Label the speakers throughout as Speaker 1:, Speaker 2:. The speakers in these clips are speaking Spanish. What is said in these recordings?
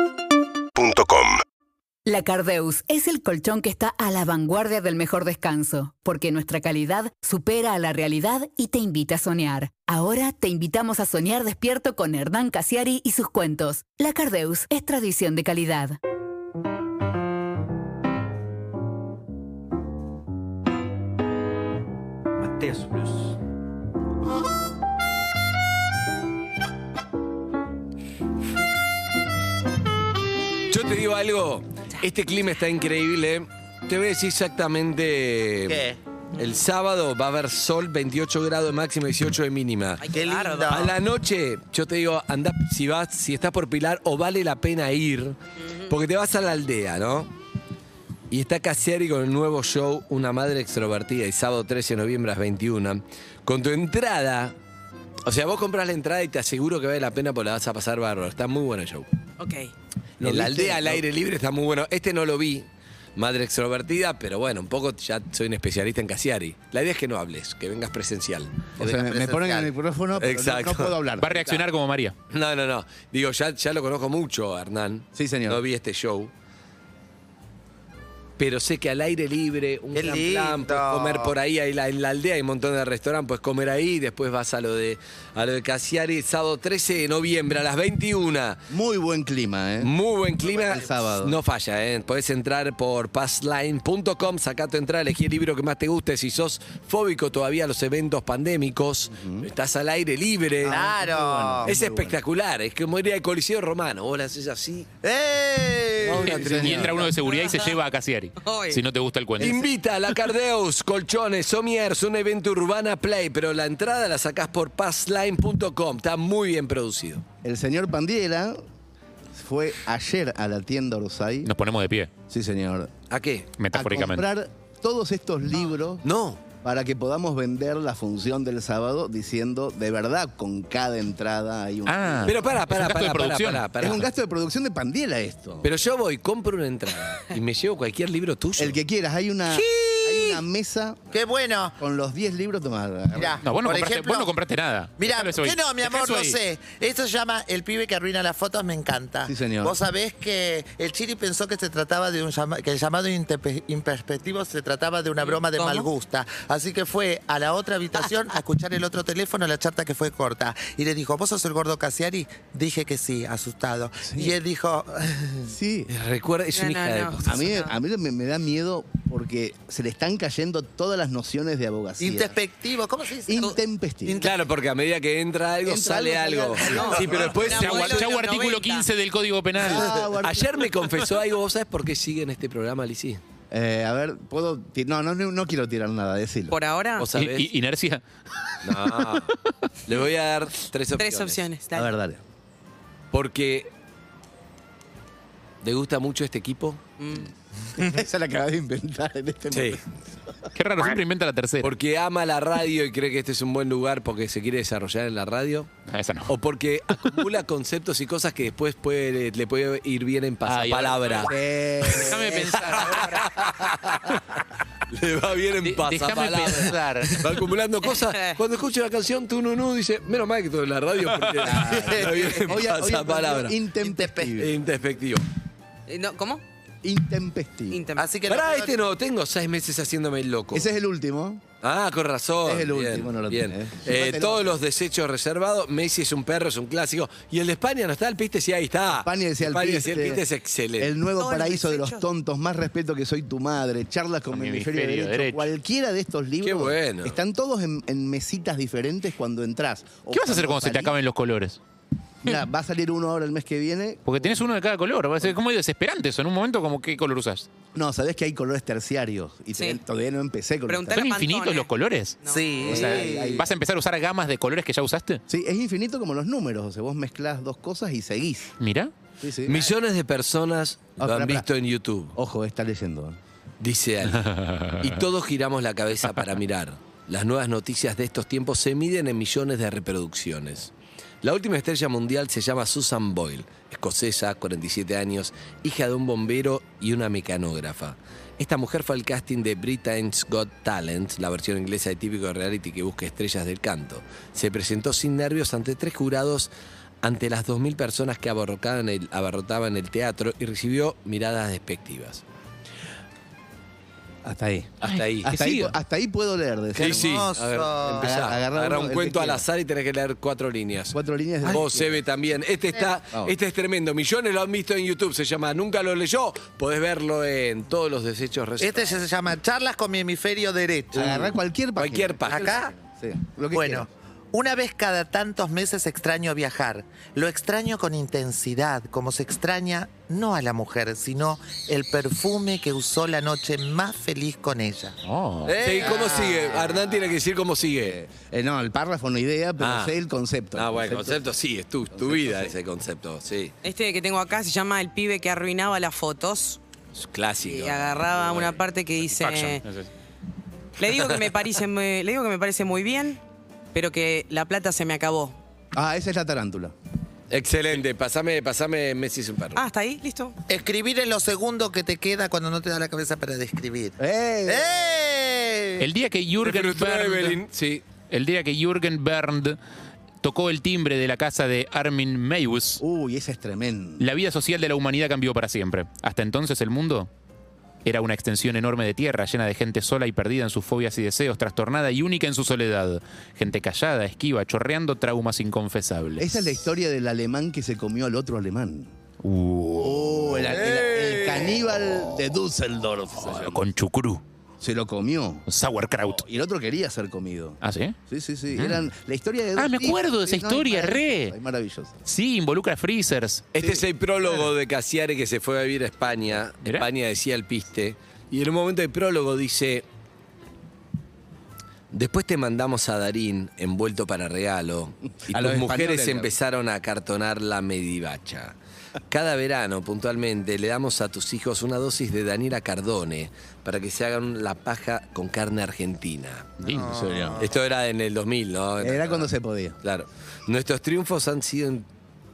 Speaker 1: UrbanaPlayFM.com
Speaker 2: La Cardeus es el colchón que está a la vanguardia del mejor descanso, porque nuestra calidad supera a la realidad y te invita a soñar. Ahora te invitamos a soñar despierto con Hernán Casiari y sus cuentos. La Cardeus es tradición de calidad.
Speaker 3: Mateus Blues.
Speaker 4: Yo te digo algo, este clima está increíble. Te voy a decir exactamente.
Speaker 5: ¿Qué?
Speaker 4: El sábado va a haber sol, 28 grados de máxima, 18 de mínima.
Speaker 5: Ay, qué lindo.
Speaker 4: A la noche, yo te digo, anda, si vas, si estás por Pilar o vale la pena ir, porque te vas a la aldea, ¿no? Y está Casieri con el nuevo show Una Madre Extrovertida, y sábado 13 de noviembre a las 21. Con tu entrada, o sea, vos compras la entrada y te aseguro que vale la pena porque la vas a pasar bárbaro. Está muy bueno el show.
Speaker 6: Ok.
Speaker 4: En la aldea al aire libre está muy bueno. Este no lo vi, madre extrovertida, pero bueno, un poco ya soy un especialista en Casiari. La idea es que no hables, que vengas presencial.
Speaker 7: O sea, me, me ponen el micrófono, pero no-
Speaker 4: Exacto.
Speaker 7: no puedo hablar.
Speaker 8: Va a reaccionar como María.
Speaker 4: No, no, no. Digo, ya, ya lo conozco mucho, Hernán.
Speaker 7: Sí, señor.
Speaker 4: No vi este show. Pero sé que al aire libre, un
Speaker 5: Qué
Speaker 4: gran
Speaker 5: lindo.
Speaker 4: plan, puedes comer por ahí, ahí la- en la aldea hay un montón de restaurantes, puedes comer ahí, después vas a lo de a lo de Casiari, sábado 13 de noviembre a las 21.
Speaker 7: Muy buen clima, ¿eh?
Speaker 4: Muy buen clima.
Speaker 7: El sábado.
Speaker 4: No falla, ¿eh? Podés entrar por passline.com, sacá tu entrada, elegí el libro que más te guste. Si sos fóbico todavía a los eventos pandémicos, estás al aire libre.
Speaker 7: Ah,
Speaker 5: Claro.
Speaker 4: es espectacular, es que moría el Coliseo Romano. Vos la haces así.
Speaker 5: ¡Eh!
Speaker 4: una
Speaker 7: sí,
Speaker 4: tribuna.
Speaker 7: señor.
Speaker 8: Y entra uno de seguridad y se lleva a Casiari.
Speaker 6: Hoy.
Speaker 8: Si no te gusta el cuento.
Speaker 4: Invita a la Cardeus, Colchones, Somiers, un evento urbana play, pero la entrada la sacás por passline.com. Está muy bien producido.
Speaker 7: El señor Pandiera fue ayer a la tienda Orsay.
Speaker 8: Nos ponemos de pie,
Speaker 7: Sí, señor.
Speaker 4: ¿A qué?
Speaker 8: metafóricamente.
Speaker 7: A comprar todos estos libros
Speaker 4: No.
Speaker 7: para que podamos vender la función del sábado diciendo de verdad con cada entrada hay un.
Speaker 8: Ah,
Speaker 4: Pero pará, pará, pará,
Speaker 8: es un gasto de
Speaker 4: pará,
Speaker 8: producción.
Speaker 4: pará, pará.
Speaker 7: Es un gasto de producción de Pandiela esto.
Speaker 4: Pero yo voy, compro una entrada y me llevo cualquier libro tuyo.
Speaker 7: El que quieras, hay una, hay una mesa
Speaker 5: ¡Qué bueno!
Speaker 7: con los 10 libros tomados.
Speaker 5: Mirá,
Speaker 8: No, Ah, vos no,
Speaker 5: por
Speaker 8: compraste,
Speaker 5: ejemplo,
Speaker 8: vos no compraste nada.
Speaker 5: Mirá,
Speaker 8: Déjalo eso ahí.
Speaker 5: que no, mi
Speaker 8: Dejá
Speaker 5: amor,
Speaker 8: eso
Speaker 5: no
Speaker 8: ahí.
Speaker 5: sé. Esto se llama El pibe que arruina las fotos, me encanta.
Speaker 7: Sí, señor.
Speaker 5: Vos sabés que el Chiri pensó que se trataba de un llama- que el llamado interpe- imperspectivo se trataba de una broma de
Speaker 6: ¿Cómo?
Speaker 5: mal gusta. Así que fue a la otra habitación a escuchar el otro teléfono, la charta que fue corta. Y le dijo, ¿vos sos el gordo Casiari? Dije que sí, asustado. Y él dijo,
Speaker 7: Sí.
Speaker 4: Recuerda, es
Speaker 6: No,
Speaker 4: una hija
Speaker 6: no,
Speaker 4: de
Speaker 6: no.
Speaker 4: puta.
Speaker 7: A mí,
Speaker 6: No.
Speaker 7: a mí me, me da miedo porque se le están cayendo todas las nociones de abogacía.
Speaker 5: introspectivo, ¿cómo se dice?
Speaker 7: Intempestivo.
Speaker 4: Claro, porque a medida que entra algo,
Speaker 7: Entra
Speaker 4: sale
Speaker 7: algo,
Speaker 4: algo.
Speaker 7: sale algo.
Speaker 4: Sí, pero después...
Speaker 6: No,
Speaker 8: Chau,
Speaker 6: Abuelo de
Speaker 8: chau,
Speaker 6: los
Speaker 8: artículo
Speaker 6: 90.
Speaker 8: 15 del Código Penal.
Speaker 7: Ah, bueno.
Speaker 4: Ayer me confesó algo, ¿vos sabés por qué sigue en este programa, Lizy?
Speaker 7: Eh, a ver, puedo. ti- No, no, no, no quiero tirar nada, decirlo.
Speaker 6: Por ahora,
Speaker 4: ¿Vos
Speaker 8: Y-
Speaker 4: sabés?
Speaker 8: y- inercia.
Speaker 4: No. Le voy a dar tres opciones.
Speaker 6: tres opciones.
Speaker 7: A
Speaker 6: dale.
Speaker 7: ver, dale.
Speaker 4: Porque... ¿Te gusta mucho este equipo?
Speaker 6: Mm.
Speaker 7: Esa la acabas de inventar en este momento.
Speaker 8: Qué raro, siempre inventa la tercera.
Speaker 4: ¿Porque ama la radio y cree que este es un buen lugar porque se quiere desarrollar en la radio?
Speaker 8: Ah, esa no.
Speaker 4: ¿O porque acumula conceptos y cosas que después puede, le puede ir bien en
Speaker 8: Ay,
Speaker 4: pasapalabra?
Speaker 7: Eh,
Speaker 8: Déjame pensar.
Speaker 4: Le va bien en
Speaker 8: De-
Speaker 4: pasapalabra.
Speaker 8: déjame pensar.
Speaker 4: Va acumulando cosas. Cuando escucha la canción, tú no, no, dice, menos mal que todo en la radio porque va bien en
Speaker 7: Ah, hoy- hoy-
Speaker 4: pasapalabra.
Speaker 7: Intempestivo.
Speaker 4: Introspectivo.
Speaker 6: Eh, no, ¿Cómo?
Speaker 7: Intempestivo.
Speaker 6: Internet.
Speaker 5: Así que no
Speaker 4: Pará,
Speaker 5: puedo-
Speaker 4: este no, tengo seis meses haciéndome el loco.
Speaker 7: Ese es el último.
Speaker 4: Ah, con razón.
Speaker 7: Es el
Speaker 4: Bien,
Speaker 7: último, no lo
Speaker 4: bien.
Speaker 7: tiene, ¿eh?
Speaker 4: Eh,
Speaker 7: Llévatelo.
Speaker 4: todos los desechos reservados. Messi es un perro, es un clásico. Y el de España no está, el piste sí, ahí está.
Speaker 7: España decía el
Speaker 4: España
Speaker 7: piste.
Speaker 4: decía el piste es excelente.
Speaker 7: El nuevo
Speaker 6: Todos los
Speaker 7: paraíso de los
Speaker 6: desechos.
Speaker 7: tontos, más respeto que soy tu madre, charlas con, mi hemisferio, derecho. Cualquiera de estos libros
Speaker 4: Qué bueno.
Speaker 7: están todos en, en mesitas diferentes cuando entras. O
Speaker 8: ¿Qué vas a hacer cuando se te
Speaker 7: salís.
Speaker 8: acaben los colores?
Speaker 7: Mirá, va a salir uno ahora el mes que viene.
Speaker 8: Porque tenés uno de cada color. Va a ser como desesperante eso. En un momento, como ¿qué color usás?
Speaker 7: No, sabés que hay colores terciarios y te-
Speaker 6: Sí.
Speaker 7: todavía no empecé con los
Speaker 6: Preguntale
Speaker 8: ¿Son
Speaker 6: Pantone.
Speaker 8: infinitos los colores?
Speaker 6: No.
Speaker 5: Sí.
Speaker 7: O sea, hay- hay-
Speaker 8: ¿Vas a empezar a usar gamas de colores que ya usaste?
Speaker 7: Sí, es infinito como los números. O sea, vos mezclás dos cosas y seguís.
Speaker 6: ¿Ah?
Speaker 8: Mira.
Speaker 7: Sí, sí.
Speaker 4: Millones de personas
Speaker 7: Ah,
Speaker 4: lo
Speaker 7: pará,
Speaker 4: han
Speaker 7: pará.
Speaker 4: visto en YouTube,
Speaker 7: Ojo, está leyendo.
Speaker 4: dice alguien. y todos giramos la cabeza para mirar. Las nuevas noticias de estos tiempos se miden en millones de reproducciones. La última estrella mundial se llama Susan Boyle, escocesa, 47 años, hija de un bombero y una mecanógrafa. Esta mujer fue al casting de Britain's Got Talent, la versión inglesa de típico reality que busca estrellas del canto. Se presentó sin nervios ante tres jurados ante las 2.000 personas que abarrotaban el, abarrotaban el teatro y recibió miradas despectivas.
Speaker 8: Hasta ahí.
Speaker 4: Hasta ahí.
Speaker 7: Hasta ahí,
Speaker 8: siga.
Speaker 7: hasta ahí puedo leer. decía.
Speaker 4: Sí, sí. A ver,
Speaker 5: hermoso.
Speaker 4: empezá.
Speaker 7: Agarra- agarra
Speaker 4: Agarra
Speaker 7: uno,
Speaker 4: un
Speaker 7: el
Speaker 4: cuento
Speaker 7: que
Speaker 4: al
Speaker 7: quiera.
Speaker 4: azar y tenés que leer cuatro líneas.
Speaker 7: Cuatro líneas. de-
Speaker 4: Vos, Sebe, también. Este está,
Speaker 7: Vamos.
Speaker 4: este es tremendo. Millones lo han visto en YouTube. Se llama Nunca lo leyó. Podés verlo en todos los desechos
Speaker 5: Este ya se llama Charlas con mi hemisferio derecho.
Speaker 7: Agarrá cualquier página.
Speaker 4: Cualquier página.
Speaker 5: Acá,
Speaker 7: Sí, lo que
Speaker 5: bueno,
Speaker 7: quieras.
Speaker 5: una vez cada tantos meses extraño viajar. Lo extraño con intensidad, como se extraña no a la mujer, sino el perfume que usó la noche más feliz con ella.
Speaker 8: Oh.
Speaker 4: Sí, ¿cómo sigue? Hernán tiene que decir cómo sigue.
Speaker 7: Eh, no, el párrafo no idea, pero
Speaker 4: Ah.
Speaker 7: sé el concepto.
Speaker 4: Ah, bueno, el concepto sí, es tu, tu vida ese concepto, sí.
Speaker 1: Este que tengo acá se llama El pibe que arruinaba las fotos.
Speaker 4: Es clásico.
Speaker 1: Y agarraba una parte que dice.
Speaker 8: Faction.
Speaker 1: Le digo que me parece muy- le digo que me parece muy bien, pero que la plata se me acabó.
Speaker 7: Ah, esa es la tarántula.
Speaker 4: Excelente, pasame, pasame Messi es un perro.
Speaker 1: Ah, ¿está ahí? ¿Listo?
Speaker 5: Escribir es lo segundo que te queda cuando no te da la cabeza para describir.
Speaker 7: ¡Eh!
Speaker 5: ¡Eh!
Speaker 8: El día que
Speaker 4: Me
Speaker 8: Jürgen
Speaker 4: frustró Evelyn,
Speaker 8: Bernd,
Speaker 4: Sí.
Speaker 8: el día que Jürgen Bernd tocó el timbre de la casa de Armin Meiwes,
Speaker 7: Uy, esa es tremenda.
Speaker 8: la vida social de la humanidad cambió para siempre. Hasta entonces el mundo era una extensión enorme de tierra, llena de gente sola y perdida en sus fobias y deseos, trastornada y única en su soledad. Gente callada, esquiva, chorreando traumas inconfesables.
Speaker 7: Esa es la historia del alemán que se comió al otro alemán.
Speaker 8: Uh,
Speaker 7: Oh, el, el- el caníbal de Düsseldorf. se llama.
Speaker 8: con chucrú,
Speaker 7: Se lo comió.
Speaker 8: sauerkraut.
Speaker 7: Y el otro quería ser comido.
Speaker 8: ¿Ah, sí?
Speaker 7: Sí, sí, sí. Eran la historia de dos
Speaker 8: Ah, me
Speaker 7: tipos.
Speaker 8: acuerdo de
Speaker 7: Sí,
Speaker 8: esa
Speaker 7: no,
Speaker 8: historia,
Speaker 7: es maravillosa,
Speaker 8: re.
Speaker 7: Es maravillosa.
Speaker 8: Sí, involucra freezers.
Speaker 4: Este es el prólogo de Casiare que se fue a vivir a España.
Speaker 8: Mirá.
Speaker 4: España decía el piste. Y en un momento el prólogo dice: Después te mandamos a Darín envuelto para regalo. Y
Speaker 7: A los
Speaker 4: las mujeres
Speaker 7: españoles, claro.
Speaker 4: empezaron a cartonar la medivacha. Cada verano, puntualmente, le damos a tus hijos una dosis de Daniela Cardone para que se hagan la paja con carne argentina.
Speaker 8: Lindo sería.
Speaker 4: Esto era en el 2000, ¿no?
Speaker 7: Era cuando se podía.
Speaker 4: Claro. Nuestros triunfos han sido in-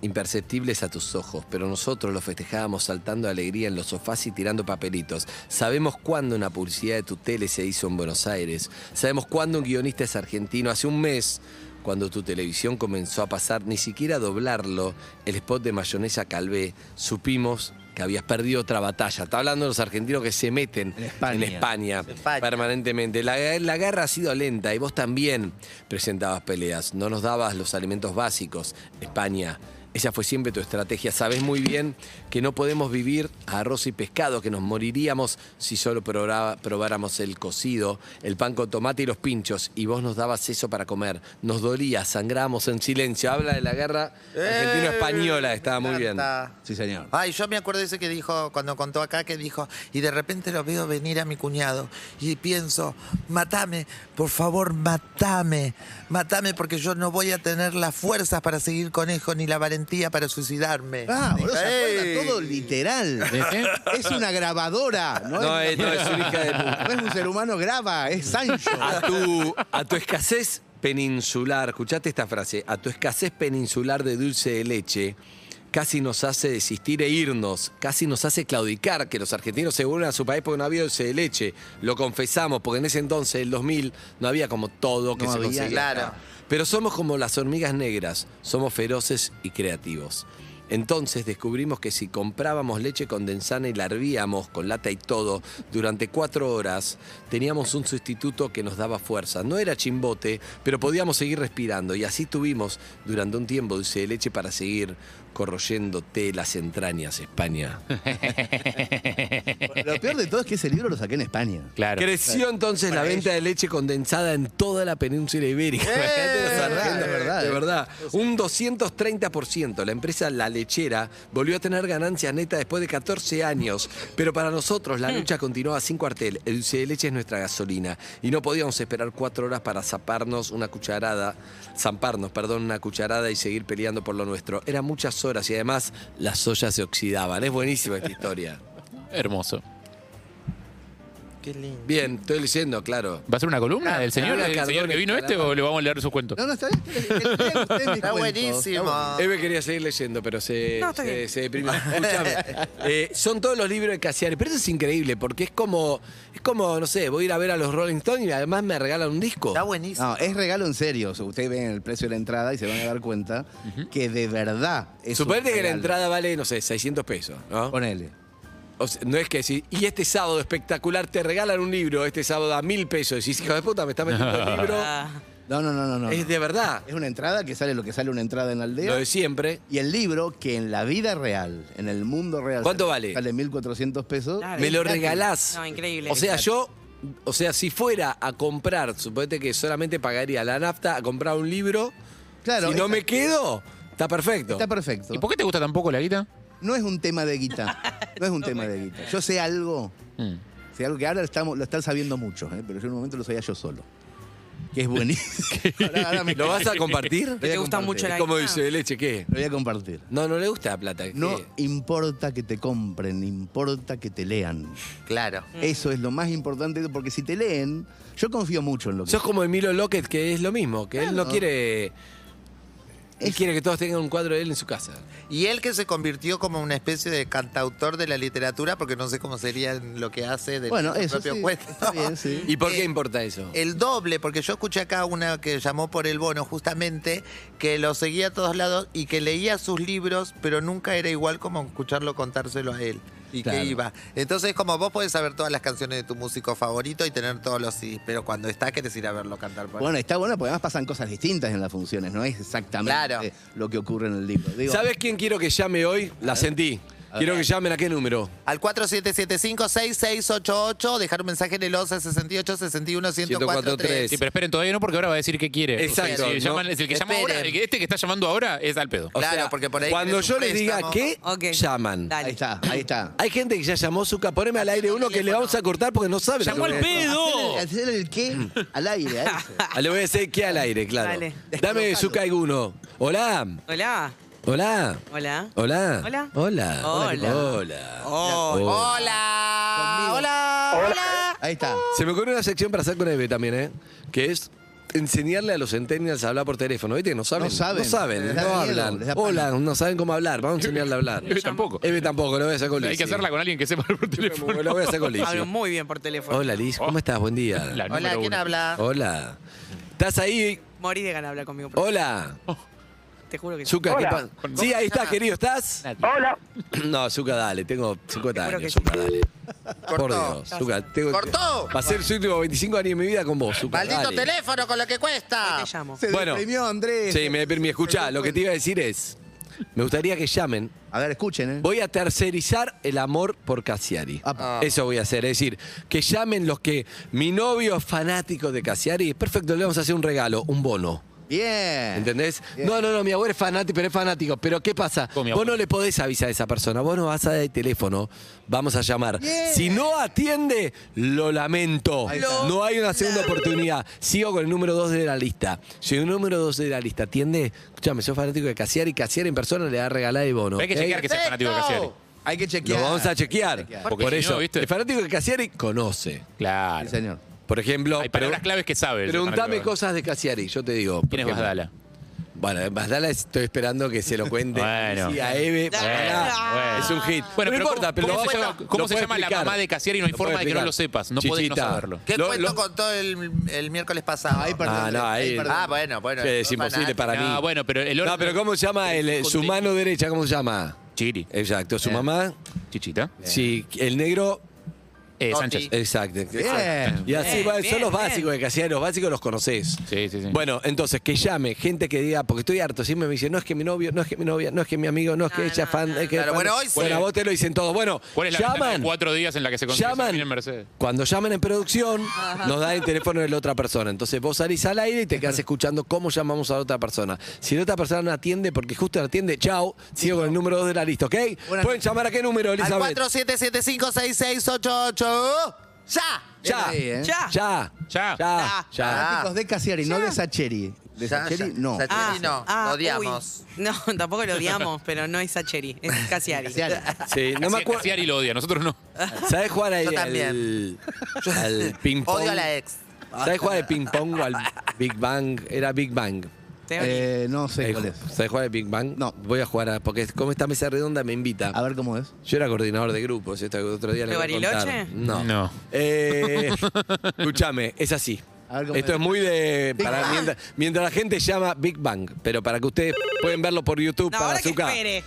Speaker 4: imperceptibles a tus ojos, pero nosotros los festejábamos saltando de alegría en los sofás y tirando papelitos. Sabemos cuándo una publicidad de tu tele se hizo en Buenos Aires. Sabemos cuándo un guionista es argentino. Hace un mes, cuando tu televisión comenzó a pasar, ni siquiera a doblarlo, el spot de mayonesa Calvé, supimos que habías perdido otra batalla. Está hablando de los argentinos que se meten en
Speaker 7: España.
Speaker 4: España,
Speaker 5: España.
Speaker 4: permanentemente. La, la guerra ha sido lenta y vos también presentabas peleas. No nos dabas los alimentos básicos. España, esa fue siempre tu estrategia. Sabés muy bien que no podemos vivir a arroz y pescado, que nos moriríamos si solo probara- probáramos el cocido, el pan con tomate y los pinchos. Y vos nos dabas eso para comer. Nos dolía, sangrábamos en silencio. Habla de la guerra
Speaker 7: Eh,
Speaker 4: argentino-española. Estaba muy bien.
Speaker 5: Tanta.
Speaker 7: Sí, señor.
Speaker 5: Ay, yo me acuerdo ese que dijo, cuando contó acá, que dijo, y de repente lo veo venir a mi cuñado y pienso, matame, por favor, matame, matame porque yo no voy a tener las fuerzas para seguir conejo ni la valentía para suicidarme.
Speaker 7: Ah, boludo, se
Speaker 5: Ey.
Speaker 7: acuerda todo literal.
Speaker 8: ¿Eh?
Speaker 7: Es una grabadora. No,
Speaker 4: No,
Speaker 7: es,
Speaker 4: es- no, es una hija de puta.
Speaker 7: No es un ser humano, graba, es Sancho.
Speaker 4: a tu, a tu escasez peninsular, escuchate esta frase, a tu escasez peninsular de dulce de leche, casi nos hace desistir e irnos, casi nos hace claudicar que los argentinos se vuelvan a su país porque no había dulce de leche. Lo confesamos, porque en ese entonces, el 2000, no había como todo que
Speaker 7: No
Speaker 4: se
Speaker 7: había,
Speaker 4: conseguía.
Speaker 5: claro.
Speaker 4: acá. Pero somos como las hormigas negras, somos feroces y creativos. Entonces descubrimos que si comprábamos leche condensada y la hervíamos con lata y todo durante cuatro horas, teníamos un sustituto que nos daba fuerza. No era chimbote, pero podíamos seguir respirando y así tuvimos durante un tiempo dulce de leche para seguir corroyéndote las entrañas, España.
Speaker 7: Lo peor de todo es que ese libro lo saqué en España.
Speaker 8: Claro.
Speaker 4: Creció entonces la venta de leche condensada en toda la península ibérica. Imagínate los
Speaker 7: De ¡Eh! verdad,
Speaker 4: argentinos,
Speaker 7: de verdad,
Speaker 4: de
Speaker 7: eh.
Speaker 4: verdad. Un 230%. La empresa La Lechera volvió a tener ganancias netas después de 14 años. Pero para nosotros
Speaker 7: Hmm.
Speaker 4: la lucha continuaba sin cuartel. El dulce de leche es nuestra gasolina. Y no podíamos esperar cuatro horas para zaparnos una cucharada, zamparnos, perdón, una cucharada y seguir peleando por lo nuestro. Eran muchas horas y además las ollas se oxidaban. Es buenísima esta historia.
Speaker 8: Hermoso.
Speaker 5: qué lindo.
Speaker 4: Bien, estoy leyendo, claro.
Speaker 8: ¿Va a ser una columna del señor,
Speaker 4: Laura
Speaker 8: el señor
Speaker 4: Cardone,
Speaker 8: que vino este
Speaker 4: caramba.
Speaker 8: o le vamos a leer sus cuentos?
Speaker 7: No, no, está bien. está bien, está bien, está bien, mis
Speaker 5: Está
Speaker 7: cuentos,
Speaker 5: buenísimo.
Speaker 7: bueno.
Speaker 4: Eve quería seguir leyendo, pero se,
Speaker 1: No, está
Speaker 4: se-
Speaker 1: bien.
Speaker 4: se deprimió. Escuchame, eh, son todos los libros de Cassiari, pero eso es increíble porque es como, es como, no sé, voy a ir a ver a los Rolling Stones y además me regalan un disco.
Speaker 5: Está buenísimo.
Speaker 7: No, es regalo en serio. O sea, Ustedes ven el precio de la entrada y se van a dar cuenta que de verdad es un
Speaker 4: Suponete que la
Speaker 7: regalo.
Speaker 4: entrada vale, no sé, 600 pesos, ¿no?
Speaker 7: Ponele.
Speaker 4: O sea, no es que decís, y este sábado espectacular te regalan un libro, este sábado a mil pesos. Decís, hijo de puta, me está metiendo el libro.
Speaker 1: Ah,
Speaker 7: No, no, no, no, no.
Speaker 4: Es
Speaker 7: Es,
Speaker 4: de verdad.
Speaker 7: una entrada que sale lo que sale una entrada en la aldea.
Speaker 4: Lo de siempre.
Speaker 7: Y el libro que en la vida real, en el mundo real.
Speaker 4: ¿Cuánto
Speaker 7: sale-
Speaker 4: vale?
Speaker 7: Sale 1.400 pesos.
Speaker 1: Claro.
Speaker 4: Me lo regalás.
Speaker 1: no, increíble.
Speaker 4: O sea, yo, o sea, si fuera a comprar, suponete que solamente pagaría la nafta a comprar un libro.
Speaker 7: Claro,
Speaker 4: si no
Speaker 7: está-
Speaker 4: me quedo, está perfecto.
Speaker 7: Está perfecto.
Speaker 8: ¿Y por qué te gusta tampoco la guita?
Speaker 7: No es un tema de guita. No es un tema de guita. Yo sé algo.
Speaker 8: Mm.
Speaker 7: Sé algo que ahora estamos, lo están sabiendo muchos, ¿eh? pero yo en un momento lo sabía yo solo. Que es buenísimo. Ahora- ahora me-
Speaker 4: ¿Lo vas a compartir?
Speaker 7: Lo voy a
Speaker 1: te gusta
Speaker 7: compartir.
Speaker 1: mucho la-
Speaker 4: ¿Cómo
Speaker 1: Ah.
Speaker 4: dice de leche qué?
Speaker 7: Lo voy a compartir.
Speaker 4: No, no le gusta la plata.
Speaker 7: No
Speaker 4: ¿qué?
Speaker 7: importa que te compren, importa que te lean.
Speaker 4: Mm.
Speaker 5: Claro.
Speaker 1: Mm.
Speaker 7: Eso es lo más importante, porque si te leen, yo confío mucho en lo que...
Speaker 4: Sos como Emilio Lockett, que es lo mismo, que
Speaker 7: Ah,
Speaker 4: él no quiere. Él
Speaker 7: Es-
Speaker 4: quiere que todos tengan un cuadro de él en su casa.
Speaker 5: Y él que se convirtió como una especie de cantautor de la literatura, porque no sé cómo sería lo que hace de
Speaker 7: Bueno,
Speaker 5: su
Speaker 7: eso
Speaker 5: propio
Speaker 7: sí,
Speaker 5: cuento.
Speaker 7: está bien, sí.
Speaker 4: ¿Y por qué
Speaker 5: Eh,
Speaker 4: importa eso?
Speaker 5: El doble, porque yo escuché acá una que llamó por el bono justamente, que lo seguía a todos lados y que leía sus libros, pero nunca era igual como escucharlo contárselo a él. Y
Speaker 7: Claro.
Speaker 5: que iba. Entonces, como vos podés saber todas las canciones de tu músico favorito y tener todos los CDs, pero cuando está, querés ir a verlo cantar por
Speaker 7: Bueno, está bueno porque además pasan cosas distintas en las funciones, no es exactamente
Speaker 5: Claro.
Speaker 7: lo que ocurre en el libro. Digo,
Speaker 4: ¿Sabes quién quiero que llame hoy? La sentí. Quiero que llamen a qué número.
Speaker 5: Al 4775-6688, dejar un mensaje en el 11 68 61 1043.
Speaker 8: Sí, pero esperen todavía no, porque ahora va a decir qué quiere. O sea,
Speaker 4: Exacto,
Speaker 8: si
Speaker 4: no.
Speaker 8: llaman- el que llama
Speaker 5: Esperen.
Speaker 8: ahora, el que- este que está llamando ahora es al pedo.
Speaker 4: O
Speaker 5: Claro, porque por ahí
Speaker 4: Cuando
Speaker 5: tenés un
Speaker 4: yo les diga
Speaker 5: préstamo.
Speaker 4: qué,
Speaker 1: Ok.
Speaker 4: llaman.
Speaker 1: Dale.
Speaker 7: Ahí está, ahí está.
Speaker 4: Hay gente que ya llamó su poneme al aire uno que le vamos a cortar porque no sabe. lo que
Speaker 8: Llamó
Speaker 4: voy a
Speaker 8: al
Speaker 4: decir.
Speaker 8: pedo!
Speaker 7: Hacer el, hacer el qué al aire, a eso.
Speaker 4: Ah, Le voy a decir qué al aire, claro.
Speaker 1: Dale.
Speaker 4: Dame
Speaker 7: Descolocalo.
Speaker 4: Zucca alguno. Hola.
Speaker 1: Hola.
Speaker 4: Hola.
Speaker 1: Hola.
Speaker 4: Hola.
Speaker 1: Hola. Oh.
Speaker 4: Hola.
Speaker 1: Hola.
Speaker 4: Hola. Oh.
Speaker 5: Hola. Hola. Hola.
Speaker 7: Ahí está.
Speaker 4: Se me ocurre una sección para hacer con Eve también, ¿eh? Que es enseñarle a los centennials a hablar por teléfono. ¿Viste? No saben.
Speaker 7: No saben.
Speaker 4: No saben.
Speaker 7: Les
Speaker 4: No
Speaker 7: da miedo,
Speaker 4: hablan.
Speaker 7: les da pánico.
Speaker 4: Hola. No saben cómo hablar. Vamos a enseñarle a hablar.
Speaker 8: Eve tampoco.
Speaker 4: Eve tampoco. Lo voy a hacer con Liz.
Speaker 8: Hay que hacerla con alguien que sepa por teléfono.
Speaker 4: Lo voy a hacer con Liz.
Speaker 1: Hablo muy bien por teléfono.
Speaker 4: Hola, Liz. ¿Cómo estás? Buen día.
Speaker 8: La
Speaker 5: Hola,
Speaker 8: número
Speaker 5: ¿quién
Speaker 8: uno.
Speaker 5: habla?
Speaker 4: Hola. ¿Estás ahí?
Speaker 1: Morí de ganar hablar conmigo. pero
Speaker 4: Hola.
Speaker 1: Te juro que sí.
Speaker 4: Zucca, ¿qué
Speaker 3: Hola.
Speaker 4: pasa? Sí, ahí estás, querido, ¿estás?
Speaker 3: Hola,
Speaker 4: No, Zucca, dale, tengo 50
Speaker 1: Te juro
Speaker 4: años,
Speaker 1: que
Speaker 4: Zucca, dale. Por
Speaker 5: Cortó.
Speaker 4: Dios, Zucca, tengo
Speaker 5: Cortó.
Speaker 4: Va a ser su último 25 años de mi vida con vos, Zucca,
Speaker 5: Maldito
Speaker 4: dale.
Speaker 5: teléfono con lo que cuesta.
Speaker 1: Te llamo.
Speaker 7: Se
Speaker 4: Bueno.
Speaker 7: deprimió Andrés.
Speaker 4: Sí, me permite escuchá, lo que te iba a decir es, me gustaría que llamen.
Speaker 7: A ver, escuchen, ¿eh?
Speaker 4: Voy a tercerizar el amor por Cassiari.
Speaker 5: Ah.
Speaker 7: Apa.
Speaker 4: Eso voy a hacer, es decir, que llamen los que mi novio es fanático de Cassiari, perfecto, le vamos a hacer un regalo, un bono.
Speaker 7: Bien.
Speaker 4: ¿Entendés?
Speaker 7: Eh. Bien.
Speaker 4: No, no, no, mi abuelo es fanático, pero es fanático. Pero ¿qué pasa?
Speaker 8: Con mi
Speaker 4: Vos
Speaker 8: abuelo.
Speaker 4: no le podés avisar a esa persona. Vos no vas a dar el teléfono, vamos a llamar. Si no atiende, lo lamento.
Speaker 7: Ahí está.
Speaker 4: No hay una segunda oportunidad. Sigo con el número 2 de la lista. Si el número 2 de la lista atiende, escúchame, soy fanático de Casiar y Casiar en persona le va a regalar el bono. ¿Eh?
Speaker 8: Hay que
Speaker 4: ¿ok?
Speaker 8: chequear que sea fanático de Casiari.
Speaker 7: Hay que
Speaker 4: Lo
Speaker 7: chequear.
Speaker 4: vamos a chequear.
Speaker 8: Porque
Speaker 4: Por
Speaker 8: si
Speaker 4: eso,
Speaker 8: no, ¿viste?
Speaker 4: el fanático de Casiari conoce.
Speaker 7: Sí,
Speaker 8: Claro.
Speaker 7: señor.
Speaker 4: Por ejemplo,
Speaker 8: Hay palabras
Speaker 4: pregun-
Speaker 8: claves que sabes.
Speaker 4: preguntame cosas de Casiari. Yo te digo. por
Speaker 8: ¿Quién es
Speaker 4: ejemplo,
Speaker 8: Basdala?
Speaker 4: bueno, Basdala estoy esperando que se lo cuente
Speaker 8: Bueno.
Speaker 4: sí, a Eve.
Speaker 1: Bueno,
Speaker 4: Basdala
Speaker 8: bueno.
Speaker 4: es un hit.
Speaker 8: Bueno,
Speaker 4: no
Speaker 8: pero
Speaker 4: importa,
Speaker 8: ¿cómo-
Speaker 4: pero
Speaker 8: cómo
Speaker 4: lo
Speaker 8: se
Speaker 4: vas a-
Speaker 8: llama- cómo
Speaker 4: lo
Speaker 8: se
Speaker 4: puedo
Speaker 8: llama la
Speaker 4: explicar.
Speaker 8: mamá de Cassiari? No hay forma
Speaker 4: puedo
Speaker 8: de que no
Speaker 4: explicar.
Speaker 8: lo sepas, no podés no
Speaker 4: Chichita.
Speaker 8: saberlo.
Speaker 5: ¿Qué
Speaker 4: Lo-
Speaker 5: cuento
Speaker 4: lo-
Speaker 5: contó el, el miércoles pasado?
Speaker 7: Ahí perdón.
Speaker 4: Ah, no, ahí-
Speaker 7: perdón.
Speaker 5: Ah, bueno, bueno.
Speaker 4: Sí, es imposible para mí.
Speaker 8: No, Ah, bueno, pero el orden-
Speaker 4: No, pero ¿cómo se llama el, eh, su mano derecha? ¿Cómo se llama?
Speaker 8: Chiri. Eh,
Speaker 4: Exacto, su mamá.
Speaker 8: Chichita.
Speaker 4: Sí, el negro.
Speaker 8: Eh,
Speaker 5: Totti.
Speaker 8: Sánchez.
Speaker 4: Exacto.
Speaker 7: Bien.
Speaker 4: Y así,
Speaker 1: Bien,
Speaker 4: bueno, son
Speaker 1: bien,
Speaker 4: los
Speaker 1: bien.
Speaker 4: básicos de Casiari, los básicos los conocés.
Speaker 8: Sí, sí, sí.
Speaker 4: Bueno, entonces, que llame gente que diga, porque estoy harto, siempre me dicen, no es que mi novio, no es que mi novia, no es que mi amigo, no es que
Speaker 5: Ah,
Speaker 1: No,
Speaker 4: ella es
Speaker 1: no,
Speaker 4: fan.
Speaker 1: no.
Speaker 4: es que es
Speaker 5: Claro,
Speaker 4: fan".
Speaker 5: bueno, hoy sí.
Speaker 4: a vos te lo dicen todo. Bueno,
Speaker 8: ¿Cuál es la ventaja de
Speaker 4: llaman.
Speaker 8: cuatro días en la que se consigue
Speaker 4: Llaman.
Speaker 8: en Mercedes?
Speaker 4: Cuando llaman en producción, nos dan el teléfono de la otra persona. Entonces vos salís al aire y te quedás escuchando cómo llamamos a la otra persona. Si la otra persona no atiende, porque justo no atiende, chao, sigo con el número 2 de la lista, ¿ok?
Speaker 7: Buenas
Speaker 4: Pueden llamar a qué número,
Speaker 5: Al
Speaker 4: Elizabeth.
Speaker 5: 47756688. ¡Ya!
Speaker 4: Ya,
Speaker 7: Sí, ¿eh?
Speaker 1: Ya.
Speaker 4: ya,
Speaker 8: Ya.
Speaker 4: ya, ya.
Speaker 1: Ah,
Speaker 7: Fanáticos de Casiari, no de Sacheri. ¿De
Speaker 5: Ya,
Speaker 7: Sacheri?
Speaker 5: ya.
Speaker 7: No. Ah.
Speaker 5: Sacheri no, lo
Speaker 1: Ah, uy.
Speaker 5: odiamos.
Speaker 1: No, tampoco lo odiamos, pero no es Sacheri, es Casiari.
Speaker 7: Casiari.
Speaker 4: Sí, no me acuerdo.
Speaker 8: Casiari lo odia, nosotros no.
Speaker 4: ¿Sabes jugar ahí
Speaker 5: Yo
Speaker 4: al,
Speaker 5: también.
Speaker 4: al ping pong?
Speaker 5: Odio a la ex.
Speaker 4: ¿Sabes jugar al ping pong o al Big Bang? Era Big Bang.
Speaker 1: Te odio.
Speaker 7: Eh, no sé
Speaker 4: Eh,
Speaker 7: cuál es.
Speaker 4: ¿Sabes jugar al Big Bang?
Speaker 7: No.
Speaker 4: Voy a jugar a. Porque como esta mesa redonda me invita.
Speaker 7: A ver cómo es.
Speaker 4: Yo era coordinador de grupos, esto otro día le
Speaker 1: ¿De
Speaker 4: voy a contar.
Speaker 1: Bariloche?
Speaker 4: No.
Speaker 8: No.
Speaker 4: Eh, escúchame, es así.
Speaker 7: A ver cómo
Speaker 4: Esto
Speaker 7: es.
Speaker 4: es muy de. Para, mientras, mientras la gente llama Big Bang, pero para que ustedes pueden verlo por YouTube,
Speaker 1: No,
Speaker 4: para
Speaker 1: ahora que
Speaker 4: Zucca.
Speaker 1: espere.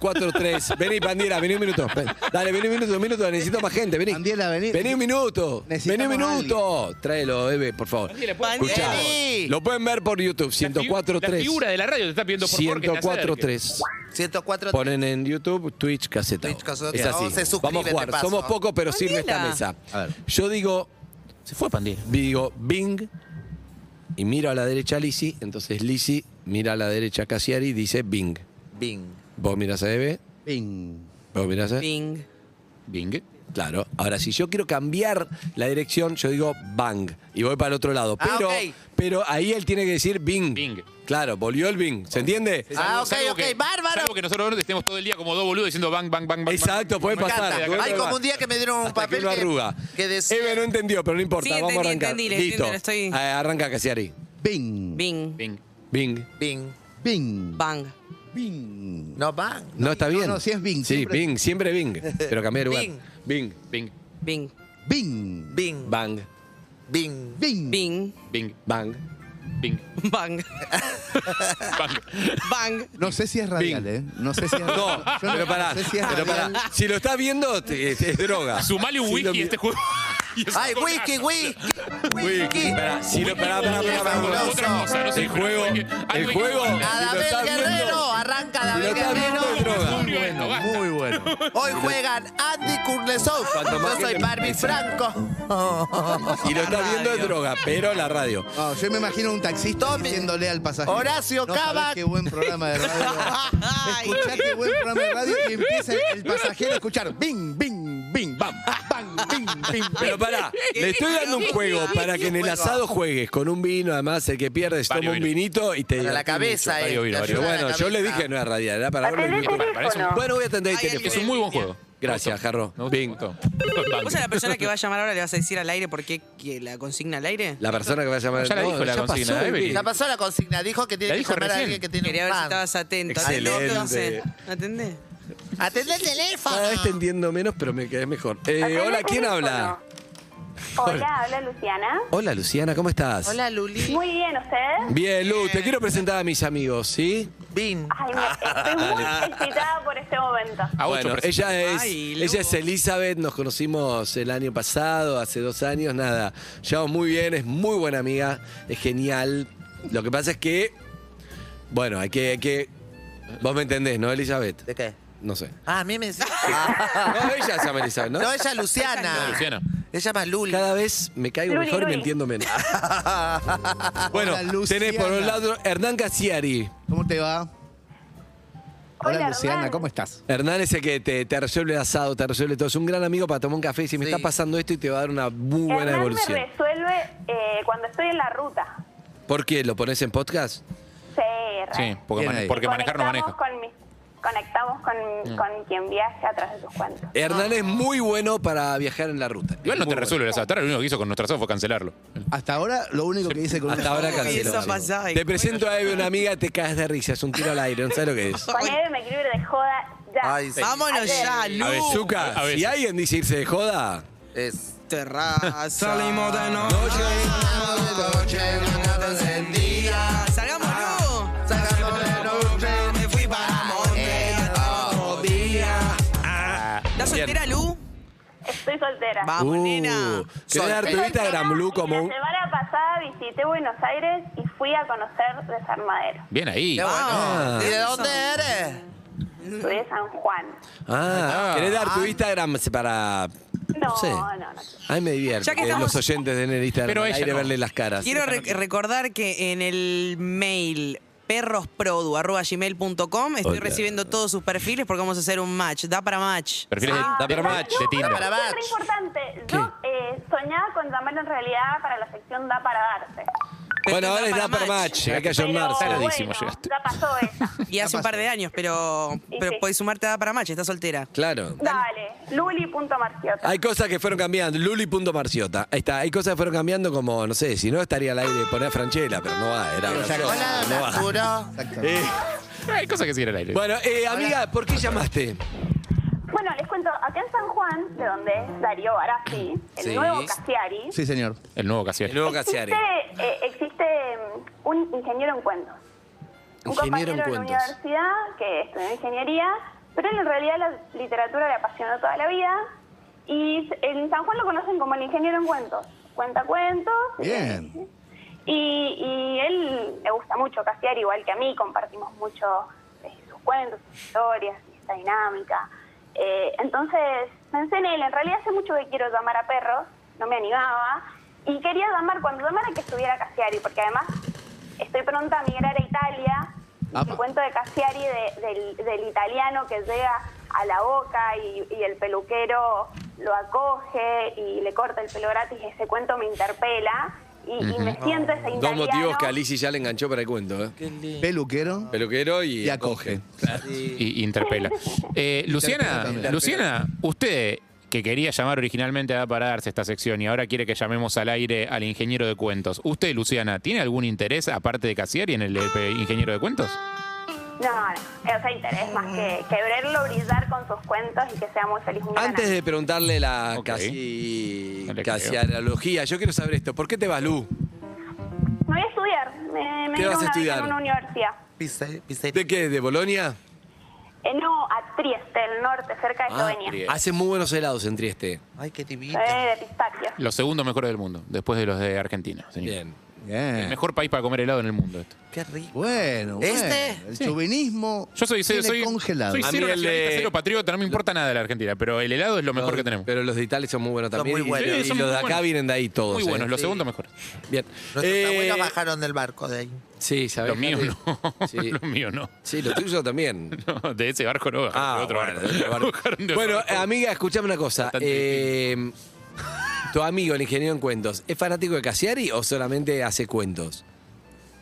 Speaker 4: 104.3. Vení, Pandira, vení un minuto. Ven. Dale, vení un minuto, un minuto, necesito más gente, vení.
Speaker 7: Pandiela, vení.
Speaker 4: Vení un minuto.
Speaker 7: Necesitamos
Speaker 4: vení un
Speaker 7: a
Speaker 4: minuto. Tráelo, Eve, por favor.
Speaker 1: ¿puedes
Speaker 4: Escuchá,
Speaker 5: Vení.
Speaker 4: Lo pueden ver por YouTube,
Speaker 8: La
Speaker 4: 104.3.
Speaker 8: figura de la radio te está pidiendo por favor que te acerques.
Speaker 4: 104.3.
Speaker 5: 104
Speaker 4: Ponen en YouTube Twitch Caseta.
Speaker 5: Twitch Caseta.
Speaker 4: Es así.
Speaker 5: O se suscribe,
Speaker 4: Vamos a jugar.
Speaker 5: te paso.
Speaker 4: Somos pocos, pero sirve esta
Speaker 1: Mandela.
Speaker 4: mesa.
Speaker 7: A ver.
Speaker 4: Yo digo,
Speaker 8: Se fue Pandira.
Speaker 4: digo Bing y miro a la derecha a Lisi. Entonces Lisi mira a la derecha a Cassiari y dice Bing.
Speaker 5: Bing.
Speaker 4: Vos mirás a Eve,
Speaker 7: Ping.
Speaker 4: vos mirás a...
Speaker 1: Bing.
Speaker 8: Bing.
Speaker 4: Claro. Ahora, si yo quiero cambiar la dirección, yo digo Bang y voy para el otro lado.
Speaker 5: Ah,
Speaker 4: Pero,
Speaker 5: ok.
Speaker 4: pero ahí él tiene que decir Bing.
Speaker 8: Bing.
Speaker 4: Claro, volvió el Bing. ¿Se entiende?
Speaker 5: Ah, ok,
Speaker 8: Salvo
Speaker 5: ok,
Speaker 8: que-
Speaker 5: bárbaro.
Speaker 8: Salvo que nosotros ahora estemos todo el día como dos boludos diciendo bang, bang, bang, bang.
Speaker 4: Exacto,
Speaker 8: bang,
Speaker 4: puede
Speaker 8: bang, bang,
Speaker 4: pasar.
Speaker 8: bang,
Speaker 5: Canta.
Speaker 8: bang,
Speaker 5: Hay
Speaker 8: bang,
Speaker 5: como
Speaker 8: bang.
Speaker 5: un día que me dieron un
Speaker 4: Hasta que
Speaker 5: papel
Speaker 4: uno arruga.
Speaker 5: que decía...
Speaker 4: Eve no entendió, pero no importa.
Speaker 1: Sí,
Speaker 4: Vamos
Speaker 1: entendí,
Speaker 4: a arrancar.
Speaker 1: entendí, le
Speaker 4: Listo.
Speaker 1: entiendo, lo estoy-
Speaker 4: Eh, arranca Casiari.
Speaker 7: Ping.
Speaker 1: Bing.
Speaker 8: Bing.
Speaker 4: Bing.
Speaker 5: Bing.
Speaker 7: Bing.
Speaker 1: Bang.
Speaker 7: Bing.
Speaker 5: No, bang.
Speaker 4: No, está bien.
Speaker 7: no, sí es Bing,
Speaker 4: Sí,
Speaker 7: siempre-
Speaker 4: Bing, siempre Bing. Pero cambié de lugar.
Speaker 5: Bing.
Speaker 4: Bing.
Speaker 8: Bing.
Speaker 1: Bing.
Speaker 7: Bing.
Speaker 5: Bing.
Speaker 4: Bang.
Speaker 5: Bing.
Speaker 7: Bing.
Speaker 1: Bing.
Speaker 8: Bing.
Speaker 4: Bang.
Speaker 8: Bing.
Speaker 1: Bang.
Speaker 8: Bang.
Speaker 1: Bang.
Speaker 7: No sé si es radial,
Speaker 4: Bing.
Speaker 7: ¿eh? No sé si es radial.
Speaker 4: No,
Speaker 7: Yo
Speaker 4: pero pará.
Speaker 7: No sé si es
Speaker 4: pero pará.
Speaker 7: radial.
Speaker 4: Si lo estás viendo, te- es, es droga.
Speaker 8: Sumale un
Speaker 4: Si lo
Speaker 8: wiki
Speaker 4: mi-
Speaker 8: a este juego. Y es
Speaker 5: Ay,
Speaker 8: otra
Speaker 5: whisky,
Speaker 8: cosa.
Speaker 5: whisky.
Speaker 4: Wiki. Pará, si lo pará, pará, pará, pará, pará.
Speaker 8: Otra cosa, no sé,
Speaker 4: El
Speaker 8: pero
Speaker 4: juego,
Speaker 8: hay que- algo
Speaker 4: el
Speaker 8: hay que
Speaker 4: juego.
Speaker 8: poner.
Speaker 4: si lo
Speaker 5: Adabel
Speaker 4: estás viendo-
Speaker 5: Guerrero, arranca
Speaker 4: si lo
Speaker 5: Adabel
Speaker 4: estás
Speaker 5: Guerrero.
Speaker 4: viendo, es droga.
Speaker 8: Muy bueno, basta.
Speaker 7: Muy bueno.
Speaker 5: Hoy juegan Andy Kurnesov.
Speaker 4: Cuanto más
Speaker 5: Yo soy
Speaker 4: gente
Speaker 5: Barbie Franco.
Speaker 4: Si lo estás viendo, es droga. Pero la radio.
Speaker 7: No, yo me imagino un taxista
Speaker 5: Tommy.
Speaker 7: diciéndole al pasajero.
Speaker 5: Horacio
Speaker 7: no sabés
Speaker 5: Cava.
Speaker 7: Qué buen programa de radio.
Speaker 1: Ay.
Speaker 7: Escuchá qué buen programa de radio y empieza el pasajero a escuchar bing, bing, bing, bam, bam, bing, bing.
Speaker 4: Pero pará, le estoy dando un juego para que en el asado juegues con un vino, además el que pierde se toma
Speaker 8: Varios
Speaker 4: un
Speaker 8: vinos.
Speaker 4: vinito y te
Speaker 5: Para la
Speaker 4: divertís
Speaker 5: cabeza,
Speaker 4: mucho.
Speaker 5: eh,
Speaker 4: Varios vinos,
Speaker 5: te
Speaker 4: varios.
Speaker 5: ayuda a la
Speaker 4: Bueno, yo le
Speaker 5: cabeza.
Speaker 4: dije no era radial, era para verlo en
Speaker 3: Atendé el
Speaker 4: YouTube.
Speaker 3: teléfono.
Speaker 4: Bueno, voy a atender el
Speaker 1: Ay,
Speaker 4: teléfono.
Speaker 8: Es un muy buen juego.
Speaker 4: Gracias, Jarro.
Speaker 8: Me gusta, me
Speaker 4: Bing.
Speaker 8: gustó.
Speaker 1: ¿Vos a la persona que va a llamar ahora le vas a decir al aire por qué que la consigna al aire?
Speaker 4: La persona que va a llamar.
Speaker 8: Ya la dijo la consigna,
Speaker 4: pasó,
Speaker 8: Evelyn.
Speaker 4: Bing.
Speaker 5: Ya pasó la consigna. Dijo que
Speaker 8: La
Speaker 5: tiene que
Speaker 8: dijo
Speaker 5: llamar a
Speaker 8: recién.
Speaker 5: alguien que tiene
Speaker 1: Quería
Speaker 5: un
Speaker 1: ver si
Speaker 5: fan.
Speaker 1: estabas atento.
Speaker 4: Excelente.
Speaker 1: ¿Atendés? ¿Atendés?
Speaker 5: Atendé el teléfono.
Speaker 4: Cada vez te entiendo Ah, menos, pero me quedé mejor. Eh,
Speaker 3: Atendé el
Speaker 4: hola, ¿quién
Speaker 3: teléfono.
Speaker 4: habla?
Speaker 3: Hola, habla Luciana.
Speaker 4: Hola, Luciana, ¿cómo estás?
Speaker 1: Hola, Luli.
Speaker 3: Muy bien, ¿ustedes?
Speaker 4: Bien, Lu, te quiero presentar a mis amigos, ¿sí?
Speaker 5: Bing.
Speaker 3: Ay, me- estoy muy excitada por este momento.
Speaker 8: A ocho
Speaker 4: Ah, bueno,
Speaker 8: personas.
Speaker 4: ella es,
Speaker 1: Ay, Lu.
Speaker 4: ella es Elizabeth, nos conocimos el año pasado, hace dos años, nada. Llevamos muy bien, es muy buena amiga, es genial. Lo que pasa es que, bueno, hay que, hay que. Vos me entendés, ¿no, Elizabeth?
Speaker 5: ¿De qué?
Speaker 4: No sé.
Speaker 5: Ah, a mí me decía.
Speaker 4: No, ella se llama Elizabeth, ¿no?
Speaker 5: No, ella es Luciana.
Speaker 8: No, Luciana.
Speaker 5: Ella es Luli.
Speaker 4: Cada vez me caigo
Speaker 3: Luli,
Speaker 4: mejor y me
Speaker 3: Luli.
Speaker 4: entiendo menos. bueno,
Speaker 7: Hola, Luciana.
Speaker 4: tenés por un lado Hernán Cassiari.
Speaker 7: ¿Cómo te va? Hola,
Speaker 3: Hola,
Speaker 7: Luciana,
Speaker 3: Hernán.
Speaker 7: ¿cómo estás?
Speaker 4: Hernán es el que te, te resuelve el asado, te resuelve todo. Es un gran amigo para tomar un café y si me
Speaker 5: Sí.
Speaker 4: está pasando esto y te va a dar una muy buena
Speaker 3: Hernán
Speaker 4: evolución.
Speaker 3: me resuelve eh, cuando estoy en la ruta.
Speaker 4: ¿Por qué? ¿Lo pones en podcast?
Speaker 3: Sí, re.
Speaker 8: Sí, porque,
Speaker 7: Bien
Speaker 8: mane-
Speaker 7: ahí.
Speaker 8: porque manejar no
Speaker 3: Conectamos
Speaker 8: manejo.
Speaker 3: Con mi- conectamos con, con quien viaje atrás de sus cuentos.
Speaker 4: Hernán es muy bueno para viajar en la ruta.
Speaker 8: Igual
Speaker 4: Muy
Speaker 8: no te
Speaker 4: bueno.
Speaker 8: resuelve el asado. Ahora lo único que hizo con nuestro asado fue cancelarlo.
Speaker 7: Hasta ahora lo único que hice con
Speaker 4: Hasta ahora
Speaker 1: Uy,
Speaker 4: canceló.
Speaker 1: eso
Speaker 4: sí.
Speaker 1: pasa, ay.
Speaker 4: Te presento a Eve, una amiga, te caes de risa, es un tiro al aire, no sabes lo que es.
Speaker 3: Con Eve me quiero ir de joda ya.
Speaker 5: Ay, sí.
Speaker 1: Vámonos
Speaker 3: Ayer.
Speaker 1: ya,
Speaker 8: A ver,
Speaker 1: Lu.
Speaker 8: Zuc-
Speaker 4: Zucca,
Speaker 8: A veces.
Speaker 4: si alguien dice irse de joda,
Speaker 5: Es.
Speaker 4: Ah,
Speaker 1: Terraza. Salimos de Salgamos, Lu. Me fui para
Speaker 5: Eh,
Speaker 1: monte ¿Estás
Speaker 4: Bien.
Speaker 1: soltera, Lu?
Speaker 3: Estoy soltera.
Speaker 1: Vamos, nena.
Speaker 4: Uh, ¿Querés dar tu
Speaker 3: Estoy
Speaker 4: Instagram,
Speaker 3: soltera
Speaker 4: Lu,
Speaker 3: y
Speaker 4: como un.
Speaker 3: La semana pasada visité Buenos Aires y fui a conocer Desarmadero.
Speaker 8: Bien ahí.
Speaker 5: Qué bueno.
Speaker 4: Ah.
Speaker 5: ¿Y de dónde eres?
Speaker 3: Soy de San Juan.
Speaker 4: Ah, ¿querés dar tu Instagram para.
Speaker 3: No,
Speaker 4: sé.
Speaker 3: no, no.
Speaker 4: Ay, me divierte.
Speaker 1: Ya que
Speaker 4: que
Speaker 1: estamos-
Speaker 4: Los oyentes de el Instagram,
Speaker 8: Pero
Speaker 4: al
Speaker 8: ella
Speaker 4: aire
Speaker 8: no.
Speaker 4: verle las caras.
Speaker 1: Quiero re- recordar que en el mail perrosprodu.gmail.com estoy
Speaker 4: Hola.
Speaker 1: recibiendo todos sus perfiles porque vamos a hacer un match. Da para match.
Speaker 8: Perfiles de,
Speaker 4: Ah,
Speaker 8: de-
Speaker 4: da para
Speaker 8: de-
Speaker 4: match.
Speaker 8: de
Speaker 3: Yo,
Speaker 8: Tinder.
Speaker 5: para
Speaker 3: es
Speaker 5: Bach.
Speaker 3: re importante. Yo eh, soñaba con llamarlo en realidad para la sección Da para Darse.
Speaker 4: Bueno, ahora es
Speaker 1: da para
Speaker 4: Dapper Match. Hay que ayornarse.
Speaker 3: Pero,
Speaker 8: Tardísimo
Speaker 3: bueno,
Speaker 8: llegaste.
Speaker 3: ya pasó esa.
Speaker 1: Y hace un par de años, pero, pero
Speaker 3: sí.
Speaker 1: podés sumarte a da para match, estás soltera.
Speaker 4: Claro.
Speaker 3: Dale, luli.marciota.
Speaker 4: Hay cosas que fueron cambiando. Luli.marciota. Ahí está. Hay cosas que fueron cambiando como, no sé, si no estaría al aire poner a Franchella, pero no va. Era
Speaker 5: Pero sacó
Speaker 4: gracioso, no
Speaker 5: la
Speaker 4: va. Eh,
Speaker 5: basura.
Speaker 7: Exactamente.
Speaker 8: Hay cosas que siguen al aire.
Speaker 4: Bueno, eh, amiga, ¿por qué llamaste?
Speaker 3: Bueno, les cuento, acá en San Juan, de donde es Darío Barassi, el
Speaker 4: Sí.
Speaker 3: nuevo Casiari,
Speaker 7: Sí, señor.
Speaker 8: El nuevo Casiari.
Speaker 4: El nuevo
Speaker 3: existe,
Speaker 4: Casiari.
Speaker 3: eh, existe mm, un ingeniero en cuentos. Un
Speaker 4: Ingeniero en
Speaker 3: compañero de la
Speaker 4: cuentos.
Speaker 3: universidad que estudió ingeniería, pero él en realidad la literatura le apasionó toda la vida. Y en San Juan lo conocen como el ingeniero en cuentos. Cuenta cuentos.
Speaker 7: Bien.
Speaker 3: Y, y él le gusta mucho Casiar, igual que a mí, compartimos mucho eh, sus cuentos, sus historias, esta dinámica. Eh, entonces pensé en él, en realidad hace mucho que quiero llamar a perros, no me animaba, y quería llamar, cuando llamara que estuviera Casiari, porque además estoy pronta a migrar a Italia, y
Speaker 7: Apa.
Speaker 3: el cuento de Casiari, de- del, del italiano que llega a la boca y, y el peluquero lo acoge y le corta el pelo gratis, ese cuento me interpela. Y, y me siento ese italiano.
Speaker 4: Dos motivos que a Lizzie ya le enganchó para el cuento, ¿eh?
Speaker 7: Peluquero
Speaker 4: Peluquero y,
Speaker 7: y acoge.
Speaker 8: y y interpela. Eh, Luciana,
Speaker 7: también.
Speaker 8: Luciana, usted que quería llamar originalmente a pararse esta sección y ahora quiere que llamemos al aire al ingeniero de cuentos. ¿Usted, Luciana, tiene algún interés aparte de Casiari en el eh, ingeniero de cuentos?
Speaker 3: No, no, o sea, interés más que, que verlo brillar con sus cuentos y que sea muy feliz. un
Speaker 4: Antes
Speaker 3: gran
Speaker 4: de preguntarle la
Speaker 8: Ok.
Speaker 4: casi,
Speaker 8: No le creo.
Speaker 4: casi analogía, yo quiero saber esto. ¿Por qué te vas, Lu?
Speaker 3: amigo. Me voy a estudiar. Me, me
Speaker 4: ¿Qué vas a
Speaker 3: dieron una beca
Speaker 4: estudiar?
Speaker 3: En una universidad.
Speaker 5: Pise, pise.
Speaker 4: ¿De qué? ¿De Bolonia?
Speaker 3: Eh, no, a Trieste, del norte,
Speaker 4: Ah,
Speaker 3: cerca de Eslovenia.
Speaker 4: Hace Hacen muy buenos helados en Trieste.
Speaker 5: Ay, qué divino.
Speaker 3: Eh, de pistacio.
Speaker 8: Los segundos mejores del mundo, después de los de Argentina. señor.
Speaker 4: Bien.
Speaker 8: El
Speaker 7: Bien.
Speaker 8: mejor país para comer helado en el mundo. esto.
Speaker 5: Qué rico.
Speaker 7: Bueno,
Speaker 5: ¿Este?
Speaker 7: bueno, El
Speaker 8: Sí.
Speaker 7: chauvinismo.
Speaker 8: Yo soy, soy,
Speaker 7: tiene
Speaker 8: soy-
Speaker 7: congelado.
Speaker 8: soy
Speaker 4: A
Speaker 8: cero
Speaker 4: mí el de-
Speaker 8: nacionalista, cero patriota, no me importa nada de la Argentina, pero el helado es lo mejor
Speaker 4: Los-
Speaker 8: que tenemos.
Speaker 4: Pero los de Italia son muy buenos
Speaker 5: Son
Speaker 4: también.
Speaker 5: muy
Speaker 4: y-
Speaker 5: buenos.
Speaker 4: Y,
Speaker 8: Sí, son
Speaker 4: los
Speaker 8: muy
Speaker 4: de acá
Speaker 8: buenos.
Speaker 4: vienen de ahí todos.
Speaker 8: Muy
Speaker 4: ¿eh?
Speaker 8: buenos, los segundos mejores.
Speaker 4: Bien.
Speaker 5: Nuestros
Speaker 4: Eh,
Speaker 5: abuelos bajaron del barco de ahí.
Speaker 4: Sí, ¿sabés?
Speaker 8: Los míos no.
Speaker 4: Sí.
Speaker 8: Los míos no.
Speaker 4: Sí, los tuyos también.
Speaker 8: No, de ese barco no bajaron
Speaker 4: Ah,
Speaker 8: de otro
Speaker 4: bueno,
Speaker 8: barco.
Speaker 4: de otro barco.
Speaker 8: Bajaron de otro
Speaker 4: Bueno,
Speaker 8: barco.
Speaker 4: eh, amiga, escuchame una cosa.
Speaker 8: Bastante
Speaker 4: Eh, tu amigo, el ingeniero en cuentos, ¿es fanático de Cassiari o solamente hace cuentos?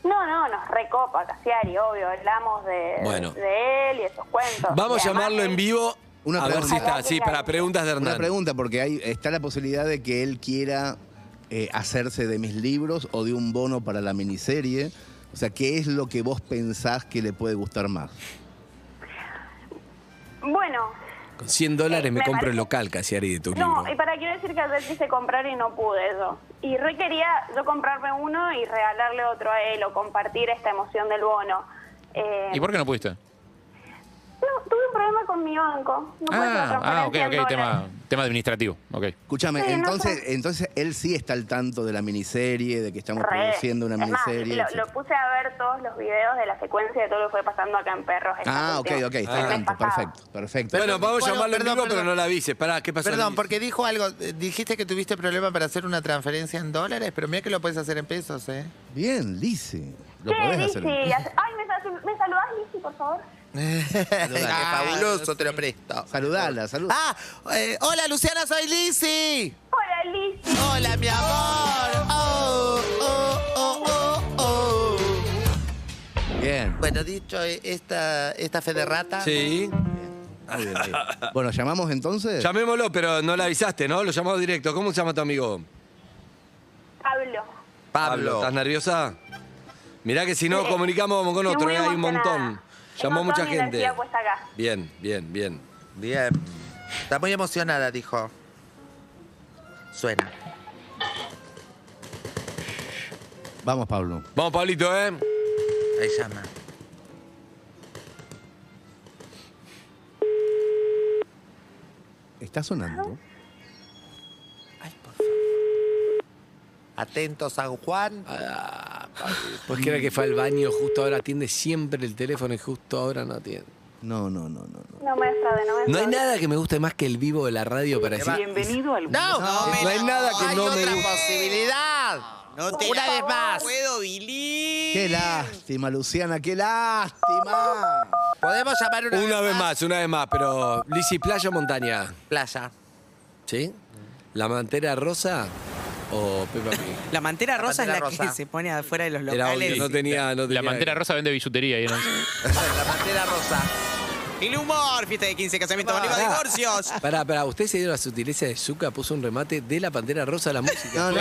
Speaker 3: No, no, nos recopa Casiari, obvio. Hablamos de,
Speaker 4: Bueno.
Speaker 3: de él y de sus cuentos.
Speaker 4: Vamos
Speaker 3: Y
Speaker 4: a
Speaker 3: además
Speaker 4: llamarlo
Speaker 3: él-
Speaker 4: en vivo.
Speaker 7: Una
Speaker 4: a ver si
Speaker 7: pregunta.
Speaker 4: está. Sí, para preguntas de
Speaker 7: Una
Speaker 4: Hernán.
Speaker 7: pregunta, porque hay, está la posibilidad de que él quiera eh, hacerse de mis libros o de un bono para la miniserie. O sea, ¿qué es lo que vos pensás que le puede gustar más?
Speaker 3: Bueno,
Speaker 4: Con 100 dólares me
Speaker 3: Me
Speaker 4: compro el
Speaker 3: parece-
Speaker 4: local, Cassiari, de tu
Speaker 3: No, y
Speaker 4: libro.
Speaker 3: para quiero decir que ayer quise comprar y no pude yo. Y re quería yo comprarme uno y regalarle otro a él o compartir esta emoción del bono. Eh,
Speaker 8: ¿Y por qué no pudiste? Ah,
Speaker 3: No, tuve un problema con mi banco. No pude hacer
Speaker 8: ah, ah, ok,
Speaker 3: transferencia en
Speaker 8: ok, tema,
Speaker 3: dólares.
Speaker 8: tema administrativo. Ok.
Speaker 7: Escúchame,
Speaker 3: Sí, no
Speaker 7: entonces,
Speaker 3: sé.
Speaker 7: entonces él sí está al tanto de la miniserie, de que estamos
Speaker 3: Re.
Speaker 7: produciendo una
Speaker 3: Es más,
Speaker 7: miniserie.
Speaker 3: lo-
Speaker 7: etc.
Speaker 3: lo, puse a ver todos los videos de la secuencia de todo lo que fue pasando acá en Perros. esta
Speaker 7: ah, ok,
Speaker 3: última-
Speaker 7: ok, está
Speaker 3: el
Speaker 7: al
Speaker 3: mes
Speaker 7: tanto,
Speaker 3: pasado.
Speaker 7: perfecto, perfecto.
Speaker 4: Bueno, vamos a
Speaker 5: Bueno,
Speaker 4: llamarlo en
Speaker 5: perdón,
Speaker 4: vivo, pero
Speaker 5: perdón.
Speaker 4: no la avises. Pará, ¿qué pasó?
Speaker 5: Perdón,
Speaker 4: Liz?
Speaker 5: porque dijo algo. eh, Dijiste que tuviste problema para hacer una transferencia en dólares, pero mira que lo puedes hacer en pesos, ¿eh?
Speaker 7: Bien, Lizzy. Lo
Speaker 3: Che,
Speaker 7: podés
Speaker 3: Lizzy,
Speaker 7: hacer.
Speaker 3: hace- ay, ¿me, sal- me saludás, Lizzy, por favor?
Speaker 5: Qué
Speaker 7: Ah,
Speaker 5: fabuloso, te lo presto.
Speaker 7: Saludala, salud.
Speaker 5: Ah, eh, hola Luciana, soy Lizzy.
Speaker 3: Hola, Lizzy.
Speaker 5: Hola, mi amor. Oh, oh, oh, oh, oh.
Speaker 7: Bien.
Speaker 5: Bueno, dicho eh, esta, esta fe de rata.
Speaker 4: Sí.
Speaker 5: Ah,
Speaker 7: Muy bien, muy bien. Bueno, llamamos entonces.
Speaker 4: Llamémoslo, pero no la avisaste, ¿no? Lo llamamos directo. ¿Cómo se llama tu amigo?
Speaker 3: Pablo.
Speaker 5: Pablo.
Speaker 4: ¿Estás nerviosa? Mirá que si no
Speaker 3: Sí.
Speaker 4: comunicamos con
Speaker 3: Estoy
Speaker 4: otro,
Speaker 3: muy
Speaker 4: ¿eh? hay un
Speaker 3: emocionada.
Speaker 4: montón.
Speaker 3: Tengo
Speaker 4: Llamó mucha
Speaker 3: toda mi
Speaker 4: gente.
Speaker 3: energía pues. puesta acá.
Speaker 4: Bien, bien, bien.
Speaker 5: Bien. Está muy emocionada, dijo. Suena.
Speaker 7: Vamos, Pablo.
Speaker 4: Vamos, Pablito, ¿eh?
Speaker 5: Ahí llama.
Speaker 7: Está sonando.
Speaker 5: Ay, por favor. Atento, San Juan.
Speaker 4: Pues que era que fue al baño, justo ahora atiende siempre el teléfono y justo ahora no atiende.
Speaker 7: No, no, no, no. no.
Speaker 3: No me defraude, no me
Speaker 4: No hay
Speaker 3: defraude.
Speaker 4: nada que me guste más que el vivo de la radio para decir.
Speaker 6: Bienvenido al
Speaker 5: No,
Speaker 4: no hay nada que
Speaker 5: hay
Speaker 4: no me
Speaker 5: otra
Speaker 4: guste.
Speaker 5: posibilidad. Una vez más.
Speaker 1: Puedo, Billy.
Speaker 7: Qué lástima, Luciana, qué lástima.
Speaker 5: Podemos llamar una,
Speaker 4: Una vez más, una vez más, pero. Lizzy, playa o montaña.
Speaker 5: Playa.
Speaker 4: ¿Sí? La mantera rosa o Peppa Pig?
Speaker 1: La mantera
Speaker 5: La
Speaker 1: rosa
Speaker 5: Pantera
Speaker 1: es la
Speaker 5: rosa.
Speaker 1: que se pone afuera de los
Speaker 4: Era
Speaker 1: locales.
Speaker 4: obvio, no tenía, no tenía.
Speaker 8: La Pantera Rosa vende billutería. y no-
Speaker 5: La pantera rosa.
Speaker 1: El humor,
Speaker 5: este
Speaker 1: fiesta de 15, casamiento, arriba
Speaker 4: Pará.
Speaker 1: divorcios.
Speaker 4: Pará, pará, usted se dio la sutileza de Zucca, puso un remate de la Pantera Rosa a la música.
Speaker 7: No, no,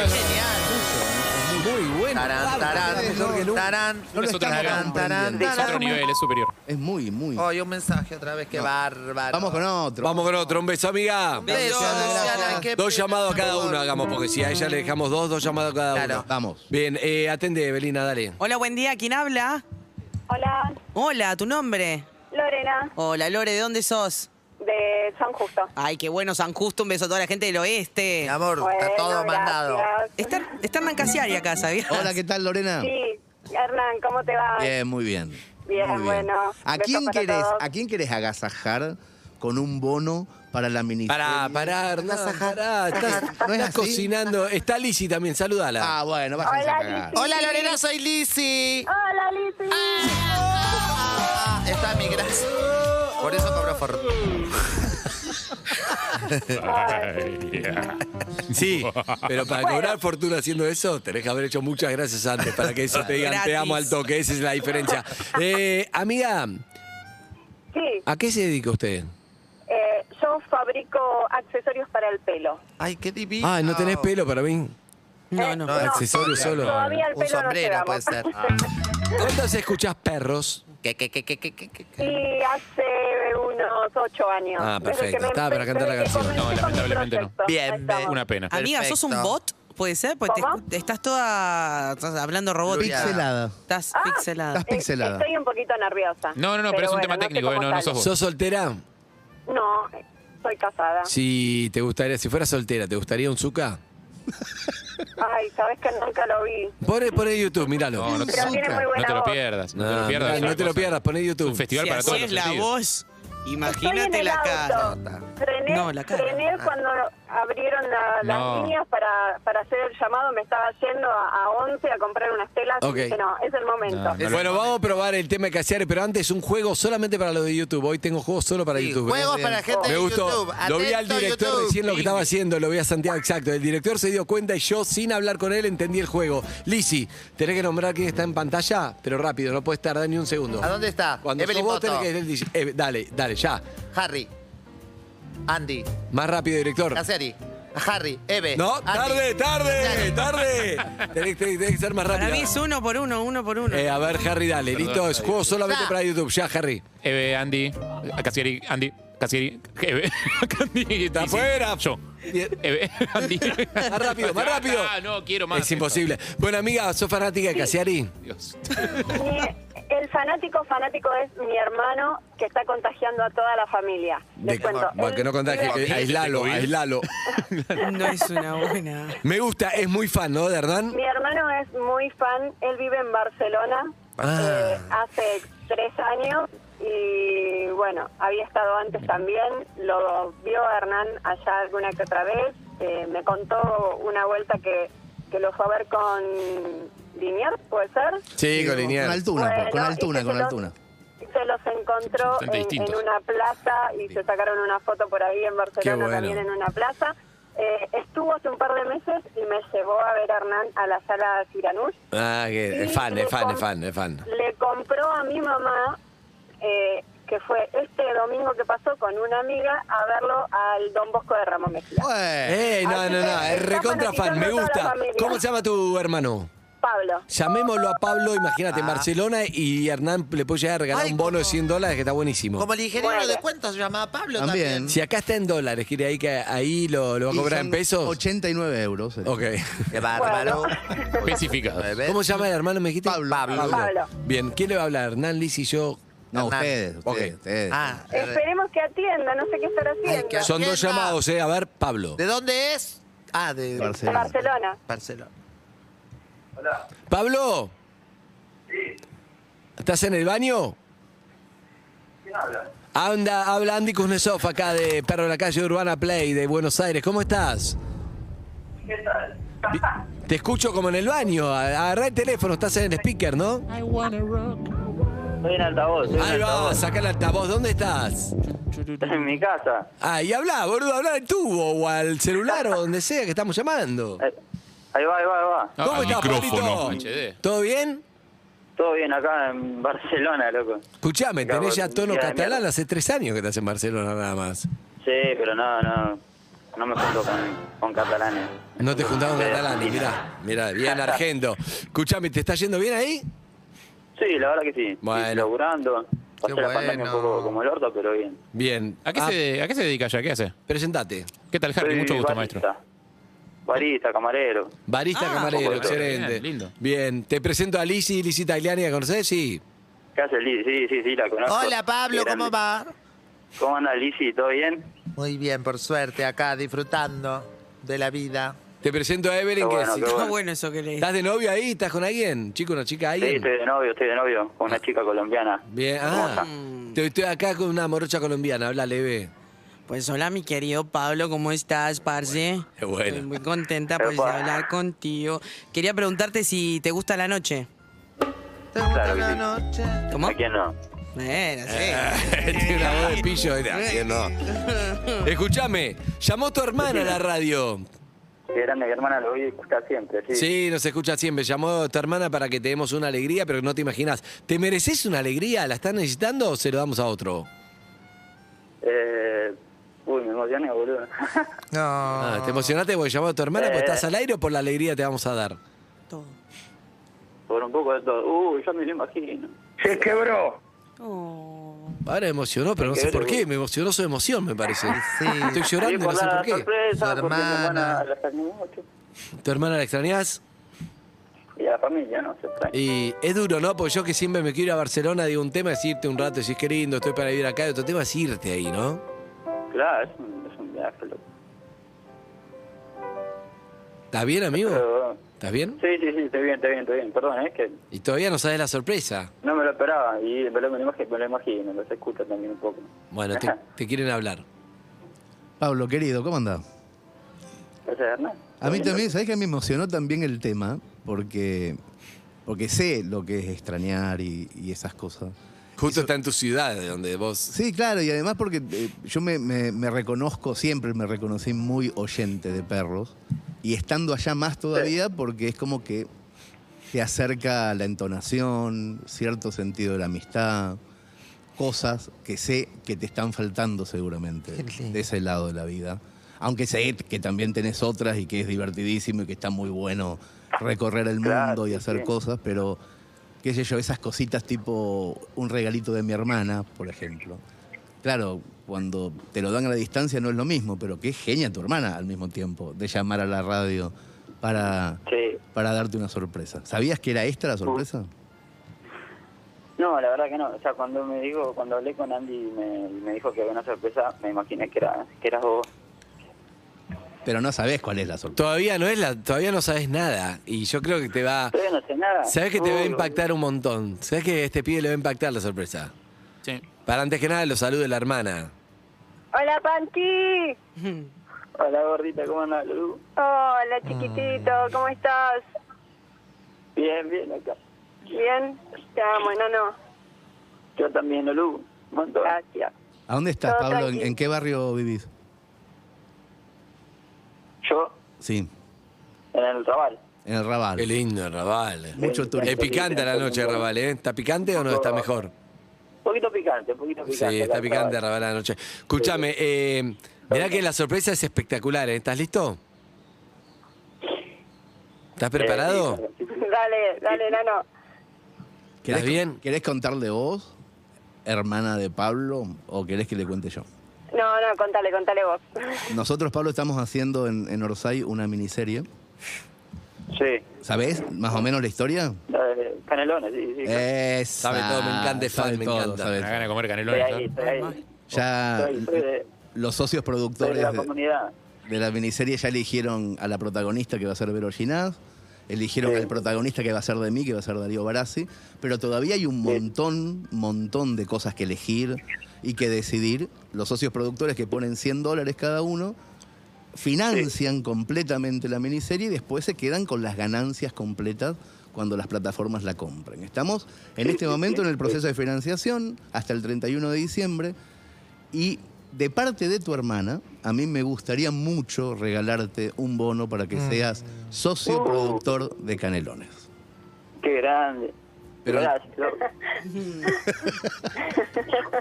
Speaker 4: Muy bueno.
Speaker 5: Tarán, tarán,
Speaker 4: mejor que nunca.
Speaker 5: tarán.
Speaker 7: No lo
Speaker 8: es otro
Speaker 7: están
Speaker 8: nivel,
Speaker 7: comprendiendo.
Speaker 8: es otro nivel, es superior.
Speaker 7: Es muy, muy.
Speaker 5: Hoy un mensaje otra vez, qué bárbaro.
Speaker 7: Vamos con otro.
Speaker 4: Vamos con otro, un beso, amiga.
Speaker 5: Beso,
Speaker 1: Gracias.
Speaker 5: Luciana, qué
Speaker 4: Dos
Speaker 5: pena,
Speaker 4: llamados a cada
Speaker 5: amor.
Speaker 4: uno hagamos, porque si a ella le dejamos dos, dos llamados a cada
Speaker 5: Claro.
Speaker 4: uno.
Speaker 7: Vamos.
Speaker 4: Bien, eh, atende, Evelina, dale.
Speaker 1: Hola, buen día, ¿quién habla?
Speaker 9: Hola,
Speaker 1: Hola, ¿tu nombre?
Speaker 9: Lorena,
Speaker 1: Hola, Lore, ¿de dónde sos?
Speaker 9: de San Justo.
Speaker 1: Ay, qué bueno, San Justo, un beso a toda la gente del
Speaker 5: Mi
Speaker 1: oeste.
Speaker 5: amor, está
Speaker 9: Bueno,
Speaker 5: todo
Speaker 9: gracias.
Speaker 5: mandado.
Speaker 1: Está, está Hernán Casiari acá, ¿sabías?
Speaker 7: Hola, ¿qué tal, Lorena?
Speaker 9: Sí, Hernán, ¿cómo te va?
Speaker 7: Bien, muy bien.
Speaker 9: Bien,
Speaker 7: Muy
Speaker 9: bueno,
Speaker 7: ¿A
Speaker 9: besos
Speaker 7: quién,
Speaker 9: para
Speaker 7: querés,
Speaker 9: todos.
Speaker 7: ¿A quién querés agasajar con un bono para la miniserie?
Speaker 4: Pará, pará, Hernán, pará. Estás,
Speaker 7: ¿No es
Speaker 4: estás
Speaker 7: así?
Speaker 4: cocinando. Está Lizzy también, saludala.
Speaker 7: Ah, bueno, váyanse
Speaker 9: Hola,
Speaker 7: a cagar.
Speaker 9: Lizzy.
Speaker 5: Hola Lorena, soy Lizzy.
Speaker 9: Hola, Lizzy.
Speaker 5: Ah, está mi gracia. Por eso cobro forro.
Speaker 4: Sí, pero para cobrar fortuna haciendo eso, tenés que haber hecho muchas gracias antes para que eso te digan te
Speaker 1: Gratis.
Speaker 4: amo al toque. Esa es la diferencia. Eh, amiga,
Speaker 9: Sí,
Speaker 4: ¿a qué se dedica usted?
Speaker 9: eh, yo fabrico accesorios para el pelo.
Speaker 5: Ay, qué divino.
Speaker 4: Ah, ¿no tenés pelo para mí?
Speaker 8: Eh,
Speaker 1: No, no.
Speaker 5: No,
Speaker 4: accesorio solo.
Speaker 9: Todavía el
Speaker 5: Un
Speaker 9: pelo no
Speaker 5: sombrero
Speaker 9: llegamos.
Speaker 5: puede ser.
Speaker 4: ¿Cuántas escuchás perros?
Speaker 5: ¿Qué, qué, qué, qué, qué, qué, qué?
Speaker 9: Y hace unos ocho años.
Speaker 4: Ah, perfecto.
Speaker 9: Desde que me
Speaker 4: Estaba para
Speaker 9: empecé-
Speaker 4: cantar la canción.
Speaker 9: comencé
Speaker 8: No,
Speaker 9: con mi
Speaker 8: lamentablemente no.
Speaker 9: proyecto.
Speaker 5: Bien,
Speaker 9: Ahí estamos.
Speaker 8: Una pena.
Speaker 1: Amiga, ¿sos un
Speaker 5: Perfecto.
Speaker 1: bot? ¿Puede ser? Porque te
Speaker 9: ¿Cómo?
Speaker 1: escu- estás toda estás hablando robótica.
Speaker 7: Pixelada.
Speaker 1: Estás
Speaker 9: Ah.
Speaker 1: pixelada.
Speaker 7: Estás pixelada.
Speaker 9: Estoy un poquito nerviosa.
Speaker 8: No, no, no, pero es un tema
Speaker 9: sé
Speaker 8: técnico,
Speaker 9: cómo
Speaker 8: eh, no, no
Speaker 9: tal.
Speaker 8: sos vos.
Speaker 4: ¿Sos soltera?
Speaker 9: No, soy casada.
Speaker 4: Si te gustaría, si fuera soltera, ¿te gustaría un Zucca?
Speaker 9: Ay, sabes que nunca lo vi.
Speaker 4: Poné, poné YouTube, míralo.
Speaker 8: No, no te,
Speaker 9: Pero tiene muy
Speaker 8: no
Speaker 9: buena
Speaker 8: te lo
Speaker 9: voz.
Speaker 8: pierdas. No, te
Speaker 4: No,
Speaker 8: lo pierdas.
Speaker 4: mirá,
Speaker 8: es
Speaker 4: no
Speaker 8: una
Speaker 4: te lo
Speaker 8: cosa.
Speaker 4: pierdas, poné
Speaker 8: Es un
Speaker 4: YouTube.
Speaker 8: festival
Speaker 1: Si
Speaker 8: para todos
Speaker 1: así es
Speaker 8: los
Speaker 1: la
Speaker 8: sentidos.
Speaker 1: voz,
Speaker 9: Estoy
Speaker 1: imagínate
Speaker 9: en el
Speaker 1: la cara.
Speaker 9: auto. Frené,
Speaker 1: No, la cara.
Speaker 9: frené cuando abrieron la-
Speaker 8: No.
Speaker 9: las líneas para, para hacer el llamado. Me estaba yendo a, a 11 a comprar unas telas. y
Speaker 4: Ok.
Speaker 9: dije, no, es el momento.
Speaker 4: Ah, Bueno, vamos a probar el tema de Casiare, pero antes un juego solamente para los de YouTube. Hoy tengo juegos solo para
Speaker 5: Sí,
Speaker 4: YouTube.
Speaker 5: juegos
Speaker 4: Bien.
Speaker 5: para gente
Speaker 4: Me
Speaker 5: de
Speaker 4: gustó.
Speaker 5: YouTube.
Speaker 4: Lo vi al
Speaker 5: Atento,
Speaker 4: director
Speaker 5: YouTube.
Speaker 4: recién lo que estaba haciendo, lo vi a Santiago exacto. El director se dio cuenta y yo, sin hablar con él, entendí el juego. Lisi, tenés que nombrar quién está en pantalla, pero rápido, no puedes tardar ni un segundo.
Speaker 5: ¿A dónde está?
Speaker 4: Cuando sos
Speaker 5: Evelyn
Speaker 4: vos
Speaker 5: Boto.
Speaker 4: tenés que decir, eh, dale, dale, ya.
Speaker 5: Harry. Andy.
Speaker 4: Más rápido, director.
Speaker 5: Caseri. Harry. Eve.
Speaker 4: No,
Speaker 1: Ah,
Speaker 5: Andy.
Speaker 4: tarde, tarde, tarde. Tenés, tenés- tenés que ser más rápido.
Speaker 1: Para mí es uno por uno, uno por uno.
Speaker 4: Eh, a ver, Harry, dale, listo. Es juego solamente
Speaker 5: Ya.
Speaker 4: para YouTube. Ya, Harry.
Speaker 8: Eve, Andy, Casieri, Andy, Casieri, Eve, Andy.
Speaker 4: Está afuera.
Speaker 8: Yo.
Speaker 4: Bien.
Speaker 8: Eve, Andy.
Speaker 4: Más rápido, más rápido.
Speaker 8: Ah, no, quiero más.
Speaker 4: Es imposible. Bueno, amiga, ¿sos fanática de Casiari?
Speaker 8: Dios.
Speaker 9: Mi- el fanático fanático es mi hermano que está contagiando a toda la familia. Les
Speaker 4: De-
Speaker 9: cuento.
Speaker 4: Bueno,
Speaker 9: él
Speaker 4: que no contagie.
Speaker 9: vive-
Speaker 4: eh, aislalo,
Speaker 8: ¿Covid?
Speaker 4: aislalo.
Speaker 1: No es una buena.
Speaker 4: Me gusta, es muy fan, ¿no, de Hernán?
Speaker 9: Mi hermano es muy fan, él vive en Barcelona
Speaker 4: Ah.
Speaker 9: eh, hace tres años y bueno, había estado antes también, lo vio a Hernán allá alguna que otra vez, eh, me contó una vuelta que, que lo fue a ver con Liniers, ¿puede ser?
Speaker 4: Sí, con
Speaker 7: Con
Speaker 4: Liniers.
Speaker 7: altura,
Speaker 9: Bueno,
Speaker 7: con
Speaker 9: y
Speaker 7: altura,
Speaker 9: que
Speaker 7: con
Speaker 9: se lo-
Speaker 7: altura.
Speaker 9: Se los encontró
Speaker 8: Bastante
Speaker 9: en,
Speaker 8: distintos.
Speaker 9: en una plaza y se sacaron una foto por ahí en Barcelona
Speaker 4: Qué bueno.
Speaker 9: también en una plaza. Eh, estuvo hace un par de meses y me llevó a ver a Hernán a la sala Ciranús.
Speaker 4: Ah, que es fan, es fan, es fan, es fan.
Speaker 9: Le compró a mi mamá, eh, que fue este domingo que pasó con una amiga, a verlo al Don Bosco de Ramón Mejía.
Speaker 7: Bueno,
Speaker 4: Eh, no, no, no, es recontra fan, me gusta. ¿Cómo se llama tu hermano?
Speaker 9: Pablo.
Speaker 4: Llamémoslo a Pablo, imagínate,
Speaker 8: Ah.
Speaker 4: en Barcelona y Hernán le puede llegar a regalar
Speaker 5: Ay,
Speaker 4: un bono de
Speaker 5: como-
Speaker 4: 100 dólares que está buenísimo.
Speaker 5: Como el ingeniero
Speaker 9: Bueno.
Speaker 5: de cuentos se llamaba Pablo
Speaker 7: También.
Speaker 5: también.
Speaker 4: Si acá está en dólares, quiere ahí que ahí lo, lo va a
Speaker 7: y
Speaker 4: cobrar en
Speaker 7: son
Speaker 4: pesos.
Speaker 7: 89 euros. sería.
Speaker 4: Ok.
Speaker 5: Qué bárbaro.
Speaker 8: Especificado.
Speaker 4: ¿Cómo se llama el hermano? ¿Me dijiste?
Speaker 7: Pablo.
Speaker 9: Pablo.
Speaker 4: Bien, ¿quién le va a hablar? Hernán, Liz y yo.
Speaker 7: No,
Speaker 5: Hernán.
Speaker 7: ustedes,
Speaker 4: Ok.
Speaker 7: ustedes, ustedes.
Speaker 5: Ah,
Speaker 9: Eh, Esperemos que atienda, no sé qué estará haciendo.
Speaker 5: qué
Speaker 4: Son dos
Speaker 5: Hacienda.
Speaker 4: llamados, ¿eh? A ver, Pablo.
Speaker 5: ¿de dónde es? Ah, de
Speaker 7: Barcelona.
Speaker 9: De Barcelona.
Speaker 5: Barcelona.
Speaker 4: ¡Pablo! ¿Estás en el baño? Anda, habla Andy Kuznetsov acá de Perro de la Calle Urbana Play de Buenos Aires. ¿Cómo estás? Vi- Te escucho como en el baño. A- Agarrá el teléfono, estás en el speaker, ¿no?
Speaker 6: Estoy en altavoz, estoy en
Speaker 4: Ahí va,
Speaker 6: altavoz.
Speaker 4: saca el altavoz. ¿Dónde estás?
Speaker 6: Estoy en mi casa.
Speaker 4: Ah, y habla, boludo, habla al tubo o al celular o donde sea que estamos llamando.
Speaker 6: Eh, Ahí va, ahí va, ahí va.
Speaker 4: ¿Cómo
Speaker 10: al
Speaker 4: estás,
Speaker 10: micrófono.
Speaker 4: Pablito?
Speaker 8: HD.
Speaker 4: Ah, ¿Todo bien?
Speaker 6: Todo bien acá en Barcelona, loco.
Speaker 4: Escuchame, tenés ya tono
Speaker 6: Mira,
Speaker 4: catalán
Speaker 6: mira.
Speaker 4: hace tres años que estás en Barcelona nada más.
Speaker 6: Sí, pero no, no. No me junto con, con catalanes.
Speaker 4: No te juntamos con
Speaker 6: Soy de
Speaker 4: catalanes,
Speaker 6: Argentina.
Speaker 4: mirá, mirá, bien argento. Escuchame, ¿te está yendo bien ahí?
Speaker 6: Sí, la verdad que sí.
Speaker 4: Bueno.
Speaker 6: Sí, laburando. Pasé
Speaker 5: Qué
Speaker 6: la pandemia un
Speaker 5: bueno.
Speaker 6: poco como el orto, pero bien.
Speaker 4: Bien.
Speaker 8: ¿A qué,
Speaker 4: Ah,
Speaker 8: se, ¿A qué se dedica ya? ¿Qué hace?
Speaker 4: Presentate.
Speaker 8: ¿Qué tal, Harry?
Speaker 6: Soy
Speaker 8: Mucho gusto,
Speaker 6: barista.
Speaker 8: maestro.
Speaker 6: Barista, camarero.
Speaker 4: Barista
Speaker 8: Ah,
Speaker 4: camarero,
Speaker 6: bueno,
Speaker 4: excelente.
Speaker 8: bien, lindo.
Speaker 4: Bien, te presento a Lisi, Lisi Tagliani, ¿la conocés? Sí.
Speaker 6: ¿Qué hace Liz? Sí, sí, sí, la conozco.
Speaker 5: Hola Pablo,
Speaker 6: Grande.
Speaker 5: ¿cómo va?
Speaker 6: ¿Cómo anda Lizzy? ¿Todo bien?
Speaker 5: Muy bien, por suerte, acá disfrutando de la vida.
Speaker 4: Te presento a
Speaker 5: Eh.
Speaker 4: Evelyn,
Speaker 6: Qué
Speaker 4: que
Speaker 6: bueno,
Speaker 4: si-
Speaker 6: qué
Speaker 1: Está bueno eso que leí.
Speaker 4: ¿Estás de novio ahí? ¿Estás con alguien? ¿Chico, una chica,
Speaker 6: Sí,
Speaker 4: alguien?
Speaker 6: estoy de novio, estoy de novio con
Speaker 4: Ah.
Speaker 6: una chica colombiana.
Speaker 4: Bien, ah. Estoy, estoy acá con una morocha colombiana, habla leve.
Speaker 1: Pues hola, mi querido Pablo, ¿cómo estás, parce?
Speaker 4: qué bueno.
Speaker 1: Estoy muy contenta pues, de
Speaker 6: Epa.
Speaker 1: hablar contigo. Quería preguntarte si te gusta la noche.
Speaker 5: ¿Te gusta
Speaker 6: Claro que
Speaker 5: la
Speaker 6: sí.
Speaker 5: noche?
Speaker 1: ¿Cómo?
Speaker 6: ¿A quién no?
Speaker 1: Bueno, sí.
Speaker 4: Ah, Tiene una voz de pillo, era, bien, no. Escuchame, llamó tu hermana a la radio.
Speaker 6: Qué grande, mi hermana, lo voy a escuchar siempre, sí.
Speaker 4: Sí, nos escucha siempre. Llamó tu hermana para que te demos una alegría, pero no te imaginas. ¿Te mereces una alegría? ¿La estás necesitando o se lo damos a otro?
Speaker 6: Eh, uy, me emocioné, boludo.
Speaker 5: No.
Speaker 4: Ah, ¿Te emocionaste porque llamó a tu hermana? porque
Speaker 6: Eh.
Speaker 4: estás al aire o por la alegría te vamos a dar?
Speaker 1: Todo.
Speaker 6: Por un poco de todo. Uy, yo me lo imagino.
Speaker 11: Se quebró.
Speaker 1: Oh.
Speaker 4: Ahora me emocionó, pero no sé por qué. Me emocionó su emoción, me parece.
Speaker 5: Sí.
Speaker 4: Estoy
Speaker 6: Sí,
Speaker 4: llorando,
Speaker 6: por
Speaker 4: no sé
Speaker 6: la
Speaker 4: por qué.
Speaker 6: sorpresa,
Speaker 5: Su
Speaker 6: porque mi
Speaker 5: hermana.
Speaker 6: hermana la extrañó mucho.
Speaker 4: ¿Tu hermana la extrañás?
Speaker 6: Y a la familia, no se extraña.
Speaker 4: Y es duro, ¿no? Porque yo que siempre me quiero ir a Barcelona, digo un tema, es irte un rato, decís que lindo, estoy para vivir acá, y otro tema es irte ahí, ¿no?
Speaker 6: Claro, es un, es un viaje, loco.
Speaker 4: ¿Estás bien, amigo?
Speaker 6: Pero,
Speaker 4: ¿Estás bien?
Speaker 6: sí, sí, sí, estoy bien, estoy bien, estoy bien. Perdón, es que
Speaker 4: Y todavía no sabes la sorpresa.
Speaker 6: no me lo esperaba. Y me lo, me lo imagino, me lo imagino, los escucho también un poco.
Speaker 4: Bueno, te, te quieren hablar.
Speaker 7: Pablo, querido, ¿cómo andás?
Speaker 6: Gracias, Hernán.
Speaker 7: A mí
Speaker 6: Bien,
Speaker 7: también, ¿sabés que me emocionó también el tema? Porque, porque sé lo que es extrañar y, y esas cosas.
Speaker 4: Justo está en tu ciudad, de donde vos.
Speaker 7: Sí, claro, y además porque eh, yo me, me- me reconozco, siempre me reconocí muy oyente de perros. Y estando allá más todavía porque es como que te acerca la entonación, cierto sentido de la amistad, cosas que sé que te están faltando seguramente de ese lado de la vida. Aunque sé que también tenés otras y que es divertidísimo y que está muy bueno recorrer el
Speaker 6: Claro,
Speaker 7: mundo y
Speaker 6: sí,
Speaker 7: hacer
Speaker 6: sí.
Speaker 7: cosas, pero qué sé yo, esas cositas tipo un regalito de mi hermana, por ejemplo. Claro, cuando te lo dan a la distancia no es lo mismo, pero qué genia tu hermana al mismo tiempo de llamar a la radio para,
Speaker 6: Sí.
Speaker 7: para darte una sorpresa. ¿Sabías que era esta la sorpresa?
Speaker 6: No, la verdad que no. O sea, cuando me dijo, cuando hablé con Andy y me, y me dijo que había una sorpresa, me imaginé que era que eras vos.
Speaker 7: Pero no sabés cuál es la sorpresa.
Speaker 4: Todavía no es la, todavía no sabes nada. Y yo creo que te va.
Speaker 6: Todavía no sé nada.
Speaker 4: Sabes que te
Speaker 6: Uy,
Speaker 4: va a impactar un montón. Sabes que a este pibe le va a impactar la sorpresa.
Speaker 8: Sí.
Speaker 4: Para antes que nada, lo salude la hermana.
Speaker 3: Hola, Panchi.
Speaker 6: Hola gordita, ¿cómo andas, Lulú?
Speaker 3: Hola,
Speaker 4: Mm.
Speaker 3: chiquitito. ¿Cómo estás?
Speaker 6: Bien, bien, acá.
Speaker 3: Bien. Te amo, no, no.
Speaker 6: Yo también, Lulú. Un montón.
Speaker 3: Gracias.
Speaker 7: ¿A dónde estás,
Speaker 3: Todo
Speaker 7: Pablo? ¿En,
Speaker 3: tranquilo.
Speaker 7: en qué barrio vivís?
Speaker 6: Yo,
Speaker 7: Sí,
Speaker 6: en el Raval.
Speaker 7: en el Raval.
Speaker 4: Qué lindo, el Raval.
Speaker 7: Mucho
Speaker 4: Es
Speaker 7: turista.
Speaker 4: picante la noche, Raval, ¿eh? ¿Está picante o no está mejor?
Speaker 6: Un poquito picante, un poquito
Speaker 4: Sí,
Speaker 6: picante. acá
Speaker 4: está
Speaker 6: en
Speaker 4: picante
Speaker 6: Raval.
Speaker 4: Raval la noche. Escúchame, eh, mirá que la sorpresa es espectacular, ¿eh? ¿Estás listo? ¿Estás preparado?
Speaker 6: Eh, sí,
Speaker 3: Dale, dale, Nano.
Speaker 7: ¿Querés,
Speaker 4: ¿Estás bien?
Speaker 7: ¿Querés contarle vos, hermana de Pablo, o querés que le cuente yo?
Speaker 3: No, no, contale, contale vos.
Speaker 7: Nosotros, Pablo, estamos haciendo en, en Orsay una miniserie.
Speaker 6: sí.
Speaker 7: ¿Sabés más o menos la historia?
Speaker 6: La de eh, Canelones, sí, sí.
Speaker 7: Esa.
Speaker 4: Sabe todo, me encanta, es fan,
Speaker 7: Sabe
Speaker 4: me
Speaker 7: todo,
Speaker 4: encanta.
Speaker 8: Me
Speaker 7: sabe
Speaker 8: da
Speaker 7: todo.
Speaker 8: ganas de comer
Speaker 6: Estoy
Speaker 8: canelones.
Speaker 6: ahí,
Speaker 8: ¿no?
Speaker 6: estoy ahí.
Speaker 7: Ya
Speaker 6: Soy, soy de,
Speaker 7: los socios
Speaker 6: soy de la
Speaker 7: productores de,
Speaker 6: comunidad.
Speaker 7: de la miniserie ya eligieron a la protagonista que va a ser Vero Ginás, eligieron
Speaker 6: Sí.
Speaker 7: al protagonista que va a ser de mí, que va a ser Darío Barassi, pero todavía hay un montón, montón de cosas que elegir y que decidir. Los socios productores que ponen 100 dólares cada uno financian completamente la miniserie y después se quedan con las ganancias completas cuando las plataformas la compren. Estamos en este momento en el proceso de financiación hasta el 31 de diciembre y de parte de tu hermana, a mí me gustaría mucho regalarte un bono para
Speaker 6: Mm.
Speaker 7: que seas
Speaker 6: Uh.
Speaker 7: socio productor de Canelones.
Speaker 6: Qué grande.
Speaker 4: Pero-
Speaker 6: Gracias. Lo-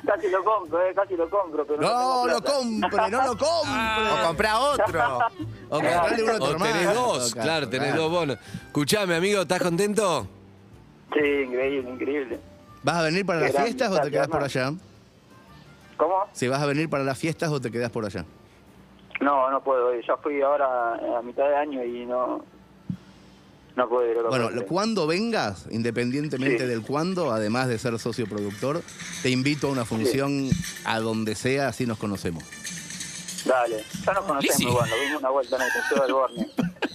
Speaker 6: casi lo compro, eh, casi lo compro. Pero
Speaker 7: No
Speaker 6: no
Speaker 7: lo compre, no lo
Speaker 5: O
Speaker 7: compre.
Speaker 5: compra otro.
Speaker 7: O comprarle uno a
Speaker 4: Ah.
Speaker 7: tu
Speaker 4: O
Speaker 7: hermano.
Speaker 4: tenés dos, claro, tenés dos bonos. Escuchame, amigo, ¿estás contento?
Speaker 6: Sí, increíble, increíble.
Speaker 7: ¿Vas a venir para las
Speaker 6: Grande,
Speaker 7: fiestas o te
Speaker 6: gracias,
Speaker 7: quedás por
Speaker 6: hermano.
Speaker 7: allá?
Speaker 6: ¿Cómo?
Speaker 7: Si vas a venir para las fiestas o te quedás por allá.
Speaker 6: No, no puedo ir. Ya fui ahora a mitad de año y no. No puedo ir.
Speaker 7: Bueno,
Speaker 6: loco.
Speaker 7: lo- cuando vengas, independientemente
Speaker 6: Sí.
Speaker 7: del cuándo, además de ser socio productor, te invito a una función a donde sea, así nos conocemos.
Speaker 6: Dale. Ya nos
Speaker 8: Lisi.
Speaker 6: conocemos, bueno, vimos una vuelta en el Paseo del Borne.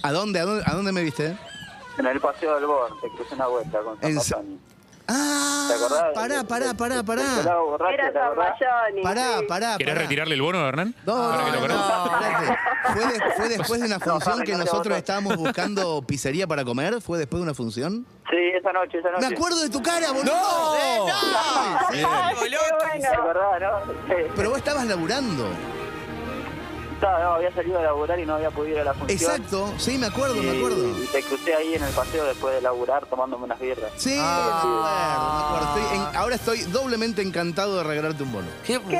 Speaker 7: ¿A dónde, a dónde, a dónde me viste?
Speaker 6: En el Paseo del Borne, te crucé una vuelta con San
Speaker 7: En se-
Speaker 6: Pasoni.
Speaker 7: Ah,
Speaker 6: ¿Te acordás?
Speaker 7: pará, pará, pará, pará.
Speaker 6: Estaba borracho,
Speaker 3: Era
Speaker 6: ¿te
Speaker 3: San
Speaker 6: acordás?
Speaker 3: Bayoni.
Speaker 7: Pará,
Speaker 3: sí.
Speaker 4: Ah,
Speaker 7: pará,
Speaker 8: ¿Querés
Speaker 7: pará.
Speaker 8: retirarle el bono, Hernán?
Speaker 7: No,
Speaker 8: Ahora
Speaker 7: no,
Speaker 8: que lo
Speaker 7: no,
Speaker 8: conozco.
Speaker 7: espérate. Fue, de- fue después de una función
Speaker 6: Fabi,
Speaker 7: que
Speaker 6: no te
Speaker 7: nosotros
Speaker 6: voto.
Speaker 7: estábamos buscando pizzería para comer. ¿Fue después de una función?
Speaker 6: Sí, esa noche, esa
Speaker 7: ¡Me
Speaker 6: noche.
Speaker 7: acuerdo de tu cara, boludo!
Speaker 4: ¡No!
Speaker 7: ¡Eh, no!
Speaker 4: Bien.
Speaker 3: Qué
Speaker 6: ¿Te
Speaker 3: bueno.
Speaker 6: acordás, no? Sí.
Speaker 7: Pero vos estabas laburando.
Speaker 6: Estaba- no, había salido a laburar y no había podido ir a la función.
Speaker 7: Exacto. Sí, me acuerdo, me
Speaker 6: Y-
Speaker 7: acuerdo.
Speaker 6: Y te crucé ahí en el paseo después de laburar tomándome unas birras.
Speaker 7: Sí,
Speaker 4: Ah.
Speaker 7: me acuerdo, me acuerdo. Estoy en- ahora estoy doblemente encantado de regalarte un bono.
Speaker 4: ¡Qué
Speaker 3: Qué bueno.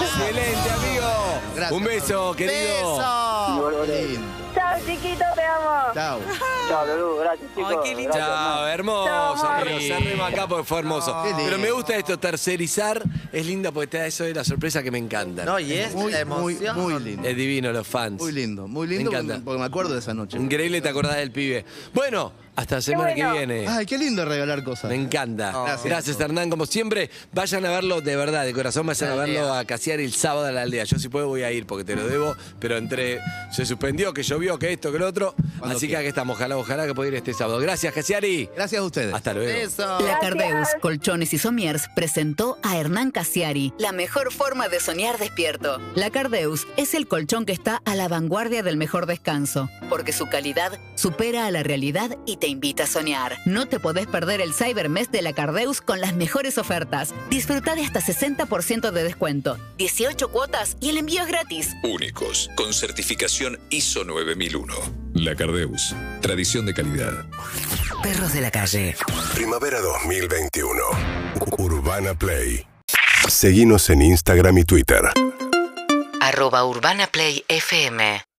Speaker 4: Excelente, amigo.
Speaker 7: Gracias.
Speaker 4: Un beso, querido.
Speaker 7: oh.
Speaker 6: Y
Speaker 5: ¡Beso!
Speaker 6: volveré.
Speaker 7: Lindo.
Speaker 3: Chao, chiquito, te amo.
Speaker 7: Chao.
Speaker 6: Chao, Lulú, gracias, chicos.
Speaker 1: qué lindo.
Speaker 6: Gracias,
Speaker 4: Chao,
Speaker 6: hermano.
Speaker 4: hermoso.
Speaker 3: Chao,
Speaker 4: amigo.
Speaker 8: amor.
Speaker 4: Se rima acá porque fue hermoso.
Speaker 7: Qué lindo.
Speaker 4: Pero me gusta esto, tercerizar. Es linda porque te da eso de la sorpresa que me encanta.
Speaker 5: No, y es
Speaker 7: Muy,
Speaker 5: la
Speaker 7: muy,
Speaker 5: emoción.
Speaker 7: muy lindo.
Speaker 4: Es divino, los fans.
Speaker 7: Muy lindo, muy lindo.
Speaker 4: Me encanta.
Speaker 7: Porque me acuerdo de esa noche.
Speaker 4: Increíble te acordás del pibe. Bueno, hasta la semana
Speaker 3: bueno.
Speaker 4: que viene.
Speaker 7: Ay, qué lindo regalar cosas.
Speaker 4: Me encanta.
Speaker 7: Gracias.
Speaker 4: Gracias. Hernán. Como siempre, vayan a verlo de verdad, de corazón, vayan a verlo a Casiar el sábado a la aldea. Yo si puedo voy a ir porque te lo debo, pero entre se suspendió, que llovió, que esto, que lo otro.
Speaker 7: Cuando
Speaker 4: Así que
Speaker 7: quieras.
Speaker 4: aquí estamos. Ojalá, ojalá que pueda ir este sábado. Gracias, Casiari.
Speaker 7: Gracias a ustedes.
Speaker 4: Hasta luego.
Speaker 5: ¡Beso!
Speaker 2: La Cardeus, Colchones y Somiers presentó a Hernán Casiari, la mejor forma de soñar despierto. La Cardeus es el colchón que está a la vanguardia del mejor descanso, porque su calidad supera a la realidad y te invita a soñar. No te podés perder el Cybermes de la Cardeus con las mejores ofertas. Disfruta de hasta 60% de descuento, 18 cuotas y el envío es gratis.
Speaker 10: Únicos, con certificación ISO 9001. La Cardeus, tradición de calidad.
Speaker 11: Perros de la calle.
Speaker 12: Primavera 2021. Urbana Play. Seguimos en Instagram y Twitter.
Speaker 11: Arroba Urbana Play FM.